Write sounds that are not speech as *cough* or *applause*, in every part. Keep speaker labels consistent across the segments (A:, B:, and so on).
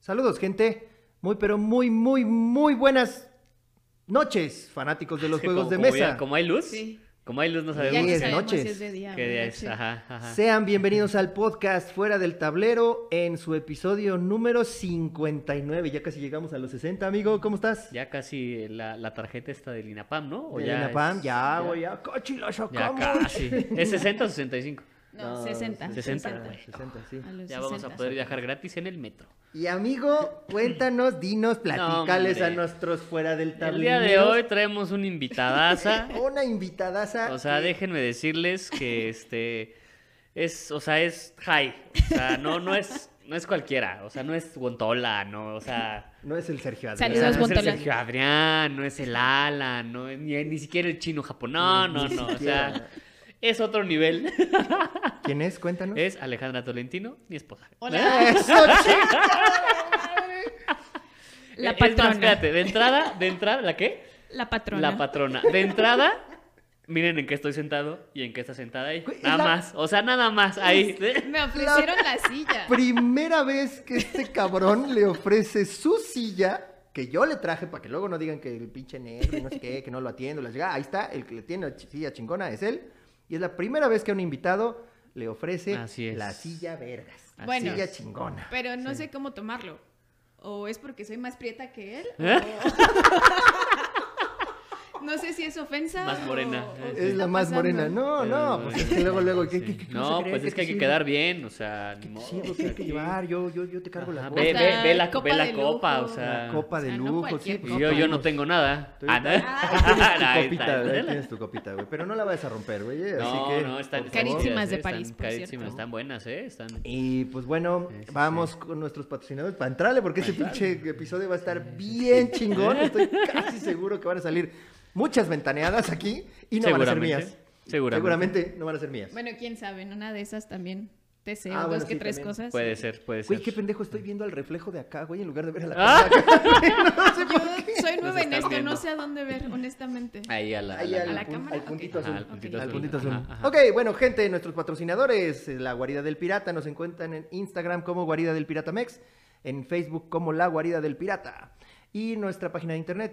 A: Saludos, gente. Muy, pero muy, muy, muy buenas noches, fanáticos
B: *laughs*
A: de los
B: que
A: juegos
B: como-
A: de
B: como
A: mesa.
B: ya- Como hay luz,
C: Sí.
B: como hay luz no
C: Ya
B: sabemos
C: ni
A: es
C: sabemos
A: noches.
C: si es de día.
B: qué
C: o de
B: día es.
C: noche.
B: Ajá, ajá. *laughs*
A: Sean bienvenidos al podcast Fuera del Tablero en su episodio número 59. Ya casi llegamos a los 60, amigo. ¿Cómo estás?
B: Ya casi la, la tarjeta está del INAPAM, ¿no?
A: Del INAPAM,
B: es-
A: ya, güey, ya. Cochi, lo
B: Ya
A: sacamos.
B: casi. ¿Es 60 o
C: *laughs*
B: 65?
C: No,
A: No,
C: 60.
B: 60,
C: 60.
B: güey.
A: 60, sí.
C: A los
B: Ya vamos a
C: 60.
B: poder viajar gratis en el metro.
A: Y amigo, cuéntanos, dinos, platicales a
B: hombre.
A: nuestros Fuera del Tablero.
B: El día de hoy traemos
A: *laughs*
B: una invitadaza.
A: Una invitadaza.
B: O sea,
A: que-
B: déjenme decirles que este es, o sea, es high. O sea, no, no es, no es cualquiera. O sea, no es Guantola, no, o sea.
A: No es el Sergio
B: o
A: Adrián.
B: sea,
C: Saludos,
B: no es el
C: Guantola.
B: Sergio Adrián, no es el Alan, no es- ni, ni siquiera el chino Japón. No, no, no. O sea, es otro nivel.
A: ¿Quién es? Cuéntanos.
B: Es Alejandra Tolentino, mi esposa. *laughs*
C: Hola. *laughs*
B: Eh,
C: La
B: es más,
C: patrona.
B: espérate, de entrada, de entrada, ¿la qué?
C: La patrona.
B: La patrona. De entrada, miren en qué estoy sentado y en qué está sentada ahí.
A: Güey, es
B: Nada
A: la-
B: más. O sea, nada más. Ahí.
C: *laughs*
B: ¿eh? Pues,
C: Me ofrecieron la
B: *laughs*
C: silla.
A: Primera vez que este cabrón le ofrece su silla que yo le traje para que luego no digan que el pinche negro y no sé qué, que no lo atiendo, la llega, ahí está, el que le tiene la chi- silla chingona es él y es la primera vez que a un invitado le ofrece
B: Así es.
A: la silla vergas, la
C: Bueno.
A: silla chingona.
C: Pero no sé cómo tomarlo. O es porque soy más prieta que él.
B: ¿Eh?
C: o- *laughs* No sé si es ofensa.
B: Más morena,
C: o- o
B: eh, sí.
C: qué
A: Es
C: Pues está
A: la más
C: pasando.
A: morena. No, no, pues es que luego, luego, ¿qué, qué- qué- qué vas a
B: Eh, No,
A: creer?
B: pues
A: ¿Qué
B: es que hay
A: te
B: que
A: sirve?
B: quedar bien, o sea, ni
A: Sí,
B: modo,
A: pues,
B: o sea,
A: tienes que
B: aquí-
A: llevar, yo, yo, yo te cargo la
B: Ajá,
A: voz.
B: ve,
C: O
B: ve,
C: sea,
B: ve la,
C: copa
B: ve la
C: de
B: copa, o
C: lujo.
B: sea.
A: La copa de
C: O sea, Ah, no
A: lujo, sí.
C: cualquier
A: pues,
B: y yo, yo no tengo nada.
A: Tú
B: Ah, *laughs*
A: ahorita-
B: no. Ahí
A: Tienes tu copita,
B: está,
A: ahí
B: ahí
A: tienes
B: está.
A: tu copita, güey. Pero no la vayas a romper, güey. eh,
B: No,
A: así que,
B: no, están
A: por favor.
C: Carísimas
B: chidas,
C: de
B: eh,
C: París,
B: están
C: por cierto.
B: carísimas, están buenas, ¿eh? Están...
A: Y pues bueno,
B: Sí, sí,
A: vamos con nuestros patrocinadores para entrarle, porque ese pinche episodio va a estar bien chingón. Estoy casi seguro que van a salir muchas ventaneadas aquí y no van a ser
B: Seguramente,
A: mías.
B: seguramente.
A: Seguramente no van a ser mías.
C: Bueno, quién sabe, en una de esas también te sé
A: Ah,
C: dos
A: bueno,
C: que
A: sí,
C: tres
A: también.
C: cosas.
B: Puede ser, puede ser.
A: Güey, qué pendejo, estoy viendo al reflejo de acá, güey, en lugar de ver a la
B: Ah.
A: cámara.
C: Yo soy nueva
B: están
C: en esto,
B: viendo.
C: no sé a dónde ver, honestamente.
B: Ahí a la...
A: Ahí
B: a
A: al,
B: la-
C: ¿A la
A: pun-
C: cámara?
A: al puntito
C: Ok.
A: azul.
B: Ajá, al puntito
A: Al
B: azul.
A: puntito azul.
B: Ajá, ajá.
A: Ok, bueno, gente, nuestros patrocinadores, eh, la Guarida del Pirata, nos encuentran en Instagram como Guarida del Pirata Mex, en Facebook como La Guarida del Pirata y nuestra página de internet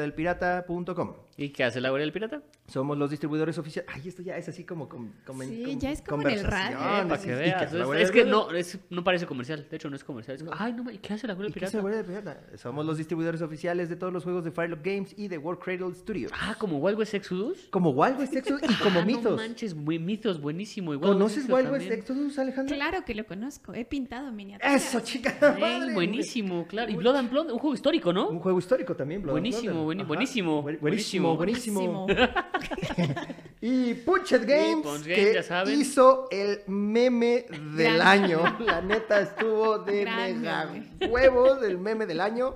A: www.guaridadelpirata.com.
B: ¿Y qué hace la Guardia del Pirata?
A: Somos los distribuidores oficiales. Ay, esto ya es así como con, comen-
C: Sí,
A: con-
C: ya es como en el radio.
A: conversaciones,
B: Eh, para que
A: y
B: veas.
A: la
B: es-
A: Guardia
B: Es,
A: del
B: que
A: Pirata.
B: no, es- no parece comercial. De hecho, no es comercial. Es como, Ay, no, ma- ¿y qué hace la Guardia
A: ¿Y
B: del
A: qué es la
B: Pirata?
A: Guardia del Pirata? Somos los distribuidores oficiales de todos los juegos de Firelock Games y de World Cradle Studios.
B: Ah, ¿como Wild West Exodus?
A: Como Wild West Exodus y como
B: *laughs* Ah, No
A: mitos.
B: manches, muy mitos, buenísimo. y Wild West
A: ¿Conoces
B: Exodus
A: Wild West
B: también.
A: Exodus, Alejandro?
C: Claro que lo conozco, he pintado miniaturas.
A: Eso, chica. madre,
B: Ey,
A: güey.
B: buenísimo, claro. Y Blood and Blood, un juego histórico,
A: Un
B: ¿no?
A: juego histórico también, Blood and
B: Buenísimo,
A: Thunder.
B: bueni-
A: Ajá.
B: buenísimo,
A: Buen- Buenísimo, buenísimo.
C: Buenísimo.
A: Y Punchet
B: Y
A: Games,
B: Punch Games,
A: que
B: ya saben.
A: hizo el meme del
B: *laughs*
C: Gran.
A: año. La neta estuvo de
C: Gran
A: mega
C: meme.
A: huevos del meme del año.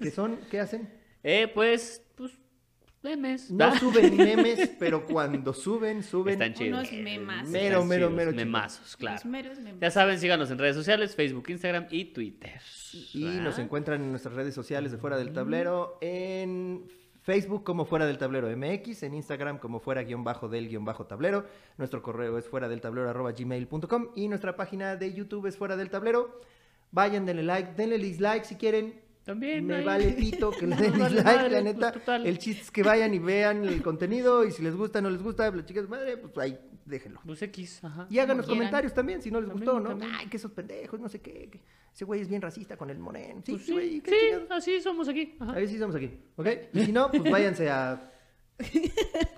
A: ¿Qué son? ¿Qué hacen?
B: Eh, pues, pues, memes.
A: No
B: Ah,
A: suben memes, pero cuando suben, suben.
B: Están chidos.
C: Unos memas.
A: Mero,
B: Están
A: mero,
B: chidos,
A: mero. chido.
B: Memazos,
C: Los
B: *laughs* claro.
C: meros memes.
B: Ya saben, síganos en redes sociales, Facebook, Instagram y Twitter. Ah,
A: Y
B: ¿verdad?
A: nos encuentran en nuestras redes sociales de Fuera
B: Mm.
A: del Tablero, en Facebook como Fuera del Tablero MX, en Instagram como Fuera guión bajo del guión bajo tablero, nuestro correo es fuera del tablero arroba gmail.com y nuestra página de YouTube es Fuera del Tablero. Vayan, denle like, denle dislike si quieren.
B: También.
A: Me
B: ahí.
A: vale pito que le
B: *laughs* No,
A: den
B: vale
A: dislike, la
B: madre, pues,
A: neta.
B: total.
A: El chiste es que vayan y vean el contenido y si les gusta o no les gusta, la chica de madre, pues ahí déjenlo.
B: Pues X, ajá.
A: Y háganos
C: quieran.
A: comentarios también, si no les
B: También,
A: gustó, ¿no?
B: también.
A: Ay, que esos pendejos, no sé qué. que ese güey es bien racista con el moreno. Sí,
B: Pues sí,
A: güey, qué
B: sí,
A: chingados.
B: así somos aquí. Ajá.
A: A ver si estamos aquí, ¿ok? Y si no, pues váyanse a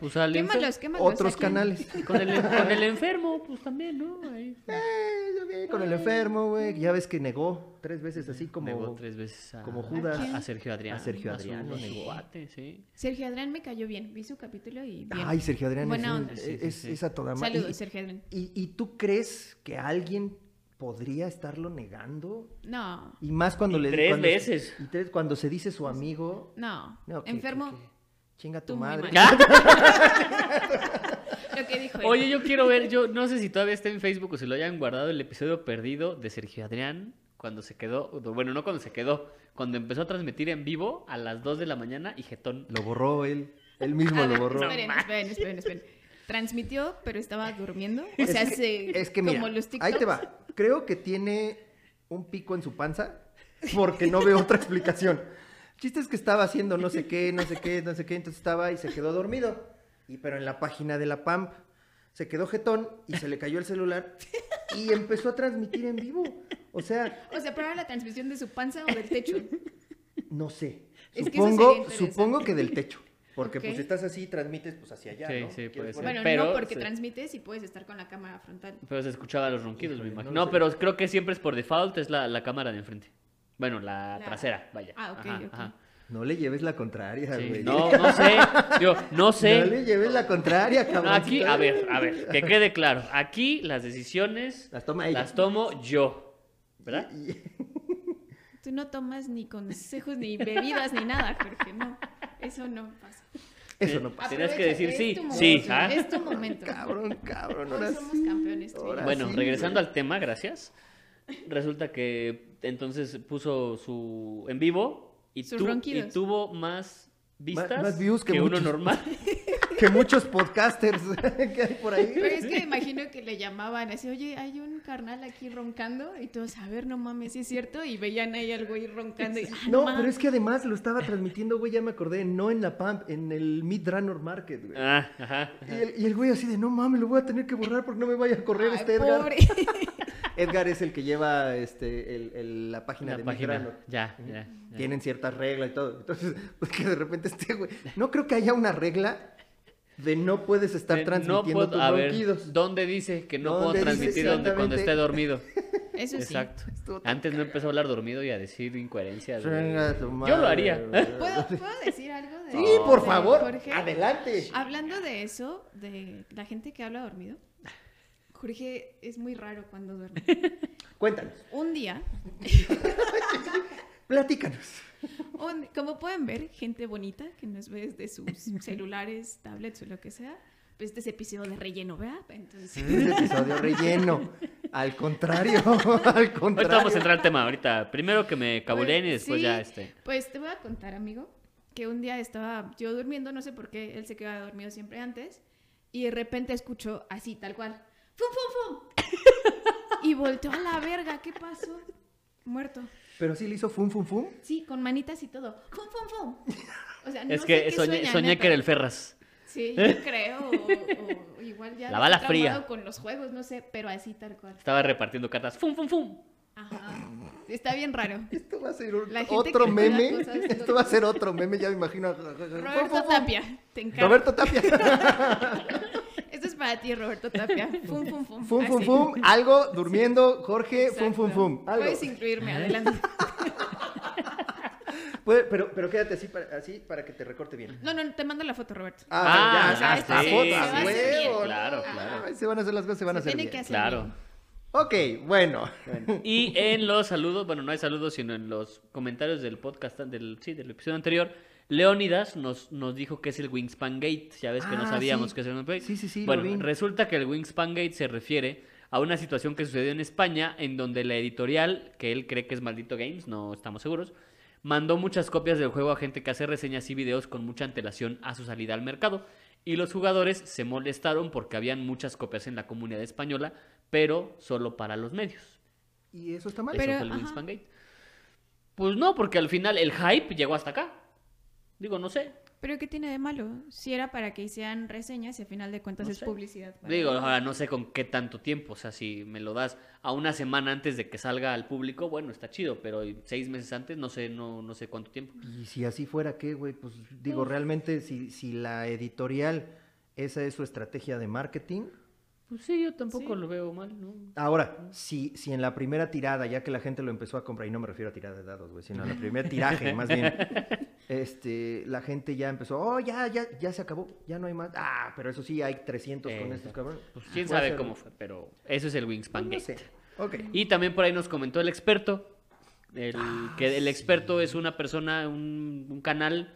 B: Pues al enfer-
C: Quémalos, quémalos.
A: otros
C: aquí.
A: canales.
C: *laughs*
B: Con el, con el enfermo, pues también, ¿no? Ahí.
A: Eh, ya vi, con el enfermo, güey. que Ya ves que negó tres veces así como...
B: Negó tres veces a,
A: como Judas.
C: ¿A quién?
B: a Sergio Adrián.
A: A Sergio
B: su
A: Adrián, lo negó.
B: cuate, sí.
C: Sergio Adrián me cayó bien, vi su capítulo y bien.
A: Ay, Sergio Adrián es,
C: Buena
A: un-
C: onda.
A: es,
B: Sí, sí, sí.
A: es a toda madre.
C: Saludos,
A: Y,
C: Sergio Adrián.
A: y- y tú crees que alguien podría estarlo negando?
C: No,
A: Y más cuando
B: Y
A: le...
B: tres
A: cuando se-
B: veces.
A: y tres, cuando se dice su amigo...
C: no.
A: No, que-
C: Pues, Enfermo,
A: que- que- Chinga tu
C: tú muy
A: madre.
C: mal. Lo que dijo él.
B: Oye, yo quiero ver, yo no sé si todavía está en Facebook o si lo hayan guardado el episodio perdido de Sergio Adrián cuando se quedó, bueno, no cuando se quedó, cuando empezó a transmitir en vivo a las 2 de la mañana y Getón.
A: Lo borró él. Él mismo
C: A
A: lo
C: ver,
A: borró.
C: Ah, Esperen, esperen, esperen, esperen. Transmitió, pero estaba durmiendo. O sea,
A: es,
C: se,
A: es que mira,
C: como los TikToks.
A: ahí te va. Creo que tiene un pico en su panza porque no veo otra explicación. El chiste es que estaba haciendo no sé qué, no sé qué, no sé qué, entonces estaba y se quedó dormido. Y pero en la página de la PAMP se quedó jetón y se le cayó el celular y empezó a transmitir en vivo. O sea,
C: O sea, pero era la transmisión de su panza o
A: *laughs*
C: del techo.
A: no sé.
C: Es que eso sería
A: Supongo,
C: interesante.
A: supongo que del techo. Porque
C: Ok.
A: pues si estás así, transmites pues hacia allá.
B: Sí,
A: ¿no?
B: sí,
A: ¿Quieres
B: puede ser.
A: poner-
C: Bueno,
B: Pero
C: no porque
B: se-
C: transmites y puedes estar con la cámara frontal.
B: Pero se escuchaba los ronquidos, me
A: Híjole,
B: imagino.
A: no lo
B: No,
A: sé.
B: pero creo que siempre es por default, es la, la cámara de enfrente. Bueno, la,
C: La-
B: trasera, vaya.
C: Ah, ok, ok.
A: No le lleves la contraria,
B: Sí,
A: Ah, güey.
B: No, no sé. Yo no
A: No le
B: sé.
A: lleves la
B: *laughs*
A: contraria,
B: No,
A: cabrón.
B: aquí, a ver, a ver, que quede claro. Aquí las decisiones
A: Las toma ella.
B: las tomo yo. ¿Verdad?
A: Y-
C: Tú no tomas ni consejos, ni bebidas, ni nada, Jorge, no. Eso no pasa.
A: Eso no pasa.
B: Tenías que decir
C: Aprovecha, es
B: sí,
C: tu momento,
B: sí, ¿ah?
C: Es tu momento.
A: Cabrón, cabrón.
C: Hoy
A: Ahora
C: somos
A: sí.
C: campeones. tú y yo.
A: ahora
B: Bueno,
A: sí,
B: regresando al tema, gracias. Resulta que entonces puso su en vivo y,
C: Sus
B: tu- y
C: ronquidos.
B: tuvo más vistas
A: más views que
B: uno
A: muchos. *laughs*
B: normal.
A: Que muchos podcasters *laughs* que hay por ahí.
C: Pero es que imagino que le llamaban así, oye, hay un carnal aquí roncando y todos, a ver, no mames, sí es cierto, y veían ahí al güey roncando y, ah,
A: No,
C: mames.
A: pero es que además lo estaba transmitiendo, güey, ya me acordé, no en la PAMP, en el Mid Runner Market, güey.
B: Ah, ajá.
A: Y el, y el güey así de, no mames, lo voy a tener que borrar porque no me vaya a correr
C: Ay,
A: este Edgar. *laughs*
C: pobre.
A: Edgar es el que lleva este, el- el- la página
B: La
A: de
B: página.
A: Mid Runner.
B: Ya, ya, ya.
A: Tienen ciertas reglas y todo. Entonces, *laughs* pues que de repente este güey, no creo que haya una regla de no puedes estar
B: Eh,
A: transmitiendo
B: puedo-
A: tus
B: a ver,
A: ronquidos.
B: ¿Dónde dice que no puedo
A: ¿Dónde dice
B: transmitir donde cuando
A: exactamente?
B: esté dormido?
C: Eso *laughs* sí.
B: Exacto.
A: Estuvo tan
B: Antes no empezó a hablar dormido y a decir incoherencias. güey.
A: Ah, Chinga su
B: Yo lo
A: madre,
B: haría. *laughs*
A: güey.
C: ¿Puedo, puedo decir algo de
A: Sí, por
C: de
A: favor,
C: Jorge?
A: adelante.
C: Hablando de eso, de la gente que habla dormido, Jorge es muy raro cuando duerme.
A: Cuéntanos,
C: Un día,
A: platícanos.
C: un- como pueden ver, gente bonita que nos ve desde
B: *laughs*
C: sus celulares, tablets o lo que sea, pues este es episodio de relleno, ¿verdad? Entonces, pues,
A: Este episodio relleno. Al contrario, *laughs* al
B: Ahorita
A: contrario.
B: vamos a entrar al tema, ahorita. Primero que me cabulen y después
C: sí,
B: ya este.
C: Pues te voy a contar, amigo, que un día estaba yo durmiendo, no sé por qué él se quedaba dormido siempre antes, y de repente escucho así, tal cual: ¡Fum,
B: *laughs*
C: fum, fum! y volteó a la verga, ¿qué pasó? Muerto.
A: Pero sí le hizo fum, fum, fum.
C: Sí, con manitas y todo. ¡Fum, fum, fum! O sea, no
B: es
C: sé
B: que
C: qué
B: soñé,
C: sueña,
B: soñé
C: neta.
B: que era el Ferras. *laughs*
C: Sí, yo creo. O, o igual ya.
B: La bala
C: está
B: fría.
C: traumado Con los juegos, no sé, pero así tal cual.
B: Estaba repartiendo cartas. ¡Fum, fum, fum!
C: Ajá. Está bien raro.
A: Esto va a ser un-
C: La gente
A: otro
C: que juega
A: meme.
C: cosas
A: Esto va a ser otro meme, ya me imagino. Fum, fum,
C: Roberto
A: fum.
C: Tapia, te encargo.
A: Roberto Tapia.
C: Esto es para ti, Roberto Tapia. Fum, fum, fum.
A: Fum, fum,
C: Así.
A: fum. Algo durmiendo, Jorge. Fum, fum,
C: Exacto.
A: fum. Algo.
C: Puedes incluirme, adelante.
A: Puede- pero, pero quédate así para, así para que te recorte bien.
C: No, no, te mando la foto, Roberto.
B: Ah,
A: ya,
C: ah,
A: está,
C: sí,
A: foto,
C: se va a
A: a
C: hacer bien.
A: huevo, ¿no? Ah,
B: Claro, claro.
A: Ay, Se van a hacer las cosas, se van a
C: Se
A: hacer
C: tiene
A: bien.
C: que hacer
B: Claro.
C: bien.
A: Ok, bueno.
B: *laughs* Y en los saludos, bueno, no hay saludos, sino en los comentarios del podcast, del, sí, del episodio anterior, Leónidas nos, nos dijo que es el Wingspan Gate. Ya ves que no
A: Ah,
B: sabíamos
A: sí.
B: que es el Wingspan Gate.
A: Sí, sí, sí, lo
B: Bueno,
A: vi.
B: resulta que el Wingspan Gate se refiere a una situación que sucedió en España en donde la editorial, que él cree que es Maldito Games, no estamos seguros, mandó muchas copias del juego a gente que hace reseñas y videos con mucha antelación a su salida al mercado. Y los jugadores se molestaron porque habían muchas copias en la comunidad española, pero solo para los medios.
A: Y eso está mal.
B: Eso
C: Pero,
B: fue el
C: ajá.
B: Wingspan Gate. Pues no, porque al final el hype llegó hasta acá. Digo, no sé.
C: Pero ¿qué tiene de malo? Si era para que hicieran reseñas y al final de cuentas
B: No
C: es
B: sé.
C: publicidad. para
B: Digo,
C: ellos.
B: ahora no sé con qué tanto tiempo. O sea, si me lo das a una semana antes de que salga al público, bueno, está chido. Pero seis meses antes, no sé, no, no sé cuánto tiempo.
A: Y si así fuera, ¿qué, güey? Pues digo, realmente, si, si la editorial, esa es su estrategia de marketing.
B: Pues sí, yo tampoco
C: Sí.
B: lo veo mal, ¿no?
A: Ahora, si, si en la primera tirada, ya que la gente lo empezó a comprar, y no me refiero a tirada de dados, güey, sino a la primera
B: *laughs*
A: tiraje, más bien, este, la gente ya empezó, oh, ya, ya, ya se acabó, ya no hay más. Ah, pero eso sí, hay 300 con
B: Exacto.
A: estos cabrones.
B: Pues quién
A: Puede
B: sabe
A: ser, Pues
B: cómo fue, pero eso es el Wingspan
A: No
B: Gate.
A: sé.
B: *laughs*
A: Ok.
B: Y también por ahí nos comentó el experto. El, que el experto es una persona, un, un canal.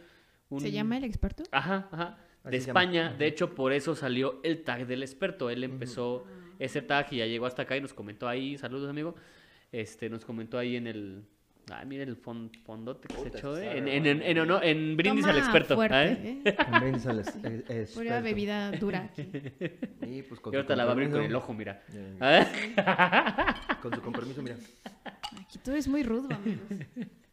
B: Un,
C: ¿Se llama el experto?
B: Ajá, ajá. De
A: Así se llama.
B: España. De hecho, por eso salió el tag del experto. Él empezó ese tag y ya llegó hasta acá y nos comentó ahí. Saludos, amigo. Este, nos comentó ahí en el, Ay, mire el fon- fondote que se
A: Puta,
B: echó.
A: se
B: eh.
A: sabe,
B: En, en,
A: hermano.
B: en, en honor- en brindis
C: Toma
B: al experto. ¿eh?
C: Fuerte, ¿eh?
A: Convence al es- es-
C: Pura
A: experto.
C: bebida dura.
A: *laughs*
C: aquí.
A: Y pues con
B: Y
A: su
B: ahorita la va a abrir con el
A: compromiso-
B: ojo, mira.
A: Eh,
B: Ah,
A: Con su compromiso, mira.
C: Aquí todo es muy rudo, amigos.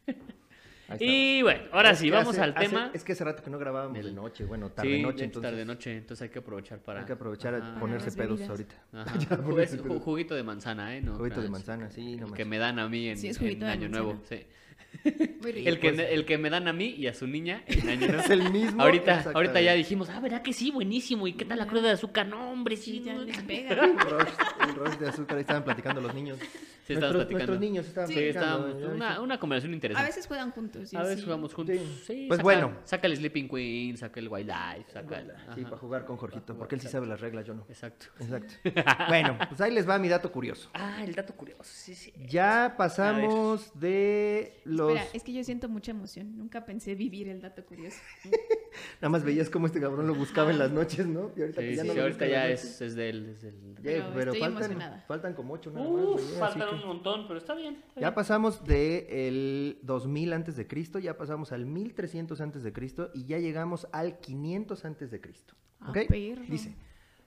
A: Ahí está.
B: Y bueno, ahora
A: Es
B: sí,
A: que
B: vamos
A: hace-
B: al
A: hace-
B: tema.
A: es que hace rato que no grabábamos de
B: Del-
A: noche, bueno,
B: sí,
A: tarde-noche,
B: de hecho,
A: entonces.
B: tarde noche, Ah. entonces hay que aprovechar para.
A: Hay que aprovechar
B: Ajá.
A: a ponerse
C: las
A: pedos
C: bebidas.
A: ahorita.
B: Ajá.
A: *laughs* Ya,
B: Ju-
A: ponerse
B: es ju-
A: pedos.
B: juguito de manzana, ¿eh? No,
A: Juguito de
B: es-
A: manzana, sí, no
B: El que
A: manches.
B: me dan a mí en,
C: Sí, es
B: en
C: juguito de
B: Año
C: manzana.
B: Nuevo. sí.
C: Muy rico.
B: El, que, el que me dan a mí y a su niña en
A: *laughs*
B: Año Nuevo.
A: pues Es el mismo.
B: Ahorita, ahorita
A: exactamente.
B: ya dijimos, ah, ¿verdad que sí? Buenísimo. ¿Y qué tal la cruda de azúcar? No, hombre, sí.
C: Sí,
A: *laughs*
C: ya
B: no".
C: les pega.
A: Un rush, un rush de azúcar, ahí estaban platicando los niños.
B: Sí,
A: nuestros,
B: estaban platicando.
A: nuestros niños estaban
C: Sí,
B: Sí,
A: platicando.
B: estábamos- pues,
A: ya
B: una,
A: viste.
B: una conversación
C: A
B: interesante.
C: veces juegan juntos. y
B: A veces
C: sí.
B: jugamos juntos.
A: Sí.
B: Sí,
A: Pues
B: saca-
A: bueno.
B: Saca el Sleeping Queen, saca el Wildlife, saca el.
A: Sí,
B: ajá.
A: para jugar con Jorgito, porque él sí sabe las reglas, yo no.
B: Exacto.
A: Exacto.
B: *laughs*
A: Bueno, pues ahí les va mi dato curioso.
B: Ah, el dato curioso. Sí, sí.
A: Ya pasamos de los...
C: Espera, es que yo siento mucha emoción. Nunca pensé vivir el dato curioso.
A: Nada más veías cómo este cabrón lo buscaba en las noches, ¿no? Y ahorita
B: Sí,
A: que ya
B: sí,
A: no lo busca
B: ahorita
A: en las
B: ya
A: noches.
B: es, es del. es del-
A: Ya,
C: Pero
A: pero
C: estoy
A: faltan,
C: emocionada.
A: faltan como ocho nada más,
B: Uf,
A: güey, así
B: faltan
A: que-
B: un montón, pero está bien. está
A: Ya
B: bien.
A: pasamos de el 2000 antes de Cristo, ya pasamos al 1300 antes de Cristo y ya llegamos al 500 antes de Cristo.
C: Ah,
A: ¿ok?
C: perro.
A: Dice,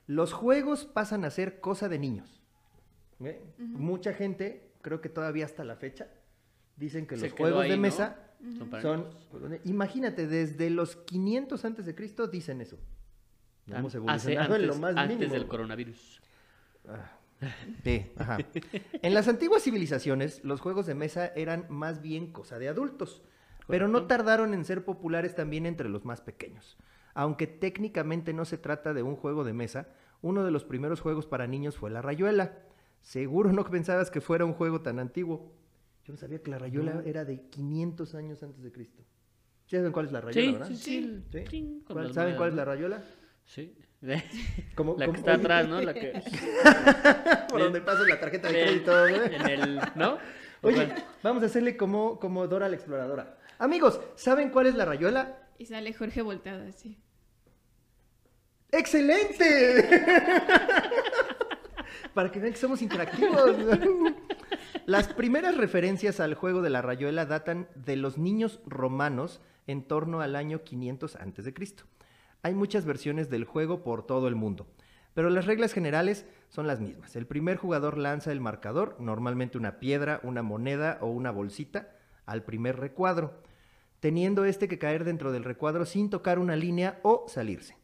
A: los juegos pasan a ser cosa de niños. ¿ok? Mucha gente, creo que todavía hasta la fecha, dicen que
B: Se
A: los
B: quedó
A: juegos
B: ahí,
A: de
B: ¿no?
A: mesa
B: Son para
A: son...
B: niños.
A: Imagínate, desde los 500 antes de Cristo dicen eso. Ya hemos
B: Hace-
A: evolucionado en
B: antes,
A: lo más
B: antes
A: mínimo,
B: del
A: güey.
B: coronavirus.
A: Ah, Sí, ajá. En las antiguas civilizaciones, los juegos de mesa eran más bien cosa de adultos, pero no
B: Correcto.
A: tardaron en ser populares también entre los más pequeños. Aunque técnicamente no se trata de un juego de mesa, uno de los primeros juegos para niños fue la rayuela. Seguro no pensabas que fuera un juego tan antiguo. Yo no sabía que la rayuela
B: No.
A: era de 500 años antes de Cristo. ¿Sí ¿Saben cuál es la rayuela,
B: Sí,
A: verdad?
B: sí, sí. el
A: ¿Sí?
B: tring con
A: ¿Cuál-
B: las
A: ¿Saben cuál es la
B: monedas,
A: rayuela?
B: ¿no? Sí. *laughs*
A: Como-
B: La que
A: como-
B: está atrás, ¿eh? ¿no? La que...
A: *laughs* Por
B: del-
A: donde pasas la tarjeta de
B: del-
A: crédito, ¿eh? güey.
B: En el...
A: *laughs*
B: ¿No?
A: Oye,
B: Ojalá.
A: vamos a hacerle como, como Dora la exploradora. Amigos, ¿saben cuál es la rayuela?
C: Y sale Jorge volteado así.
A: ¡Excelente! *laughs* Para que vean que somos interactivos. *laughs* Las primeras referencias al juego de la rayuela datan de los niños romanos en torno al año 500 antes de Cristo. Hay muchas versiones del juego por todo el mundo, pero las reglas generales son las mismas. El primer jugador lanza el marcador, normalmente una piedra, una moneda o una bolsita, al primer recuadro, teniendo este que caer dentro del recuadro sin tocar una línea o salirse.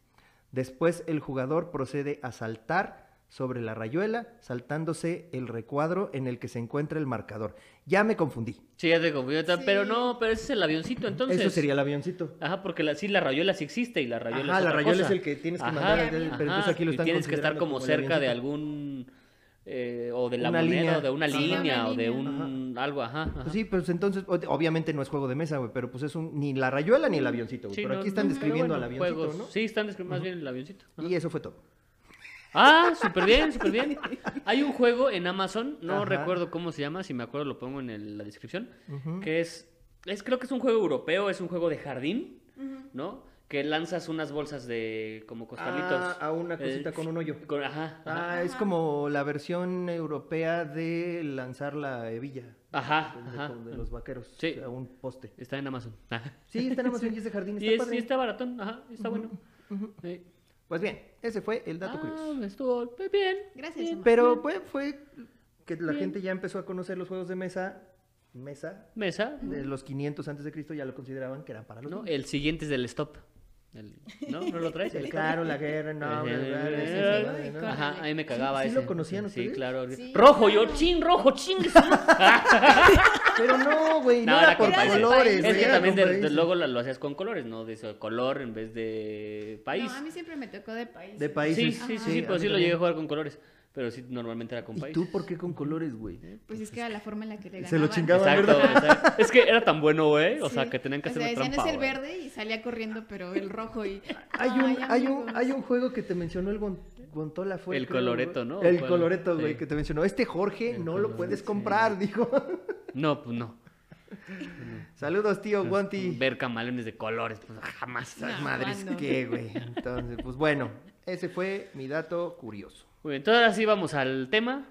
A: Después el jugador procede a saltar sobre la rayuela, saltándose el recuadro en el que se encuentra el marcador. Ya me confundí.
B: Sí, ya te confundí. otra,
C: Sí.
B: Pero no, pero ese es el avioncito, entonces.
A: Eso sería el avioncito.
B: Ajá, porque la, sí, la rayuela sí existe y la rayuela
A: Ajá,
B: es
A: la
B: otra
A: rayuela
B: cosa.
A: es el que tienes que
B: Ajá,
A: mandar,
C: el-
B: ajá,
A: pero entonces aquí lo
B: y
A: están
B: tienes que estar
A: considerando
B: como
A: como el
B: cerca de
A: avioncito.
B: algún... eh, o de la
A: Una
B: moneda,
A: línea.
B: o de una
C: Sí,
B: línea,
C: una
B: o de
C: línea.
B: un... algo, ajá. ajá.
A: Pues sí, pues entonces, o- obviamente no es juego de mesa, güey, pero pues es un, ni la rayuela ni el avioncito, güey.
B: Sí,
A: pero
B: no,
A: aquí están
B: no,
A: describiendo
B: pero
A: al
B: bueno,
A: avioncito,
B: juegos.
A: ¿no?
B: Sí, están describiendo más bien el avioncito. ajá.
A: Y eso fue todo.
B: Ah, súper bien,
A: *laughs*
B: súper bien. Hay un juego en Amazon, no
A: Ajá.
B: recuerdo cómo se llama, si me acuerdo lo pongo en el- la descripción,
A: Ujú.
B: que es, es, creo que es un juego europeo, es un juego de jardín, ¿no? Que lanzas unas bolsas de como costalitos.
A: Ah, a una
B: Eh,
A: cosita con un hoyo.
B: con- ajá, ajá,
A: Ah, es como la versión europea de lanzar la hebilla.
B: ajá,
A: de-
B: ajá.
A: de los vaqueros
B: Sí.
A: a un poste.
B: Está en Amazon. ajá.
A: Sí, está en
B: *laughs*
A: Amazon y ese jardín
B: Y,
A: está
B: es,
A: padre.
B: y está baratón, ajá, está bueno. Sí.
A: Pues bien, ese fue el dato
B: Ah,
A: curioso.
B: estuvo bien.
C: Gracias, Omar.
A: Pero fue, fue que la
B: Bien.
A: gente ya empezó a conocer los juegos de mesa, mesa,
B: Mesa,
A: de los 500 antes de Cristo ya lo consideraban que eran para los
B: ¿no?
A: niños.
B: El siguiente es del stop. El- ¿No? ¿No lo traes?
A: El claro, la guerra, no, bla, bla, bla,
C: eh,
A: bla, bla,
C: eh,
A: bla, bla.
B: Ajá, ahí me cagaba
A: sí
B: ese.
A: lo conocían
B: Sí,
A: ustedes?
B: claro.
C: Sí,
B: rojo, yo,
C: claro.
B: ching, rojo,
C: *laughs*
B: ching.
A: Pero no, güey, no,
B: No,
A: era
B: era
A: por
B: con países.
A: colores.
B: Es
A: güey,
B: que
A: era
B: también
A: con
B: de- de-
A: países.
B: luego la- lo hacías con colores, ¿no? De eso, color en vez de país.
C: No, a mí siempre me tocó de país.
A: De país.
B: sí, sí,
A: países.
B: sí,
A: Ajá.
B: sí,
A: Sí, a
B: pero
A: mí
B: sí lo
A: también.
B: llegué a jugar con colores. Pero sí, normalmente era con
A: ¿Y
B: país.
A: tú por qué con colores, güey?
C: Pues es que era la forma en la que le
A: Se lo
C: ganaban.
A: chingaban,
B: Exacto,
A: ¿verdad?
B: exacto. *laughs* Es que era tan bueno, güey. O
C: Sí.
B: sea, que tenían que
C: O sea,
B: hacer
C: decían,
B: trampa.
C: es el
B: güey.
C: verde y salía corriendo, pero el rojo y...
A: *laughs* Hay un,
C: Ay,
A: hay, un,
C: amigos.
A: hay un juego que te mencionó el Gon- Gontola fue.
B: El
A: creo,
B: Coloreto,
A: güey.
B: ¿no?
A: El
B: ¿Cuál?
A: Coloreto, güey,
B: Sí.
A: que te mencionó. Este Jorge
B: El
A: no lo
B: Coloreto,
A: puedes
B: sí.
A: comprar, *laughs* dijo.
B: No, pues no.
A: Saludos, tío
B: Este,
A: Guanti.
B: Ver camaleones de colores, pues jamás.
A: Esas
C: No,
A: madres
C: ¿cuándo?
A: que,
B: *laughs*
A: güey. Entonces, pues bueno, ese fue mi dato curioso.
B: Muy bien, entonces ahora sí vamos al tema.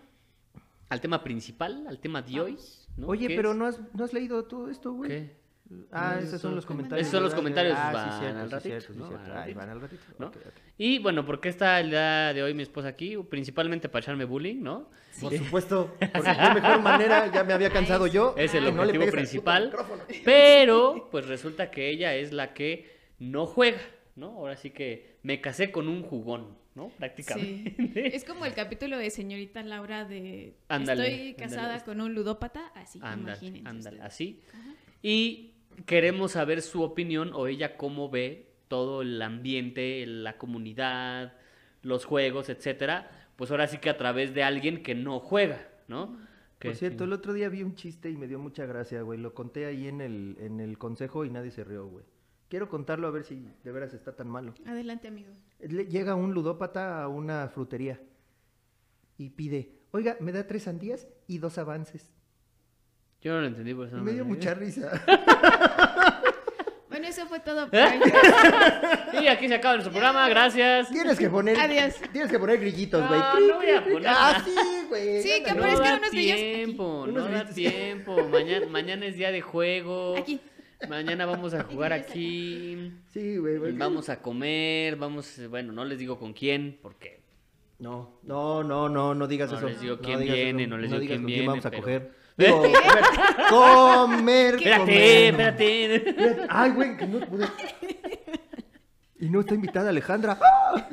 B: al tema principal, al tema de hoy. ¿no?
A: Oye,
B: ¿Qué
A: pero
B: es?
A: no has, no has leído todo esto, güey.
B: ¿Qué?
A: Ah,
B: No,
A: esos son los comentarios.
B: Esos son los
A: ¿verdad?
B: comentarios,
A: Ah,
B: van
A: sí, cierto,
B: al
A: sí,
B: ratito,
A: cierto, sí,
B: ¿no?
A: cierto.
B: Al
A: Ahí
B: ratito,
A: van al ratito.
B: ¿no?
A: Ok, ok.
B: Y bueno, ¿por qué está el día de hoy mi esposa aquí? Principalmente para echarme bullying, ¿no?
C: *laughs*
A: Por supuesto,
B: *laughs*
A: porque qué mejor manera, ya me había cansado yo.
B: Es el
A: que no le
B: objetivo
A: pegues al
B: principal.
A: puto micrófono.
B: Pero, pues resulta que ella es la que no juega, ¿no? Ahora sí que me casé con un jugón, ¿no?
C: Sí.
B: Prácticamente.
C: Es como el capítulo de señorita Laura de
B: Ándale,
C: Estoy casada
B: ándale.
C: con un ludópata, así
B: *laughs* Ándale,
C: imagínense.
B: ándale,
C: ustedes.
B: así. Y queremos saber su opinión o ella cómo ve todo el ambiente, la comunidad, los juegos, etcétera. Pues ahora sí que a través de alguien que no juega, ¿no? Que-
A: Por cierto, el otro día vi un chiste y me dio mucha gracia, güey. Lo conté ahí en el, en el consejo y nadie se rió, güey. Quiero contarlo a ver si de veras está tan malo.
C: Adelante, amigo.
A: Le- llega un ludópata a una frutería y pide, oiga, me da tres sandías y dos avances.
B: Yo no lo entendí por eso.
A: Y
B: no
A: me dio
B: reí.
A: mucha risa. *laughs*
C: Bueno, eso
B: *laughs*
C: fue todo. por hoy. Gracias.
B: Y aquí se acaba nuestro programa, gracias.
A: Tienes que poner.
C: Adiós.
A: Tienes que poner grillitos, güey.
B: No,
A: Cri,
B: no voy a
A: cri, cri.
B: poner
A: Ah,
B: nada.
A: sí, güey.
C: Sí, que
A: ándale.
B: No
C: aparezcan
B: da
C: unos grillos aquí.
B: tiempo,
A: Unos
B: no da
A: grillitos.
B: tiempo. Mañana, mañana es día de juego.
C: Aquí.
B: Mañana vamos a jugar
C: grillos acá.
B: aquí.
A: Sí, güey. porque-
B: Vamos a comer, vamos, eh, bueno, no les digo con quién, porque
A: No, no, no, no, no digas
B: No
A: eso.
B: les digo quién
A: digas
B: viene,
A: eso.
B: no les digo
A: digas
B: quién
A: con
B: viene,
A: vamos a
B: pero-
A: coger. Digo, comer,
C: *laughs*
A: comer,
B: Espérate,
A: comer.
B: espérate.
A: Espérate. Ay, güey, que no pude. Y no está invitada
C: *laughs*
A: Alejandra. ¡Ah!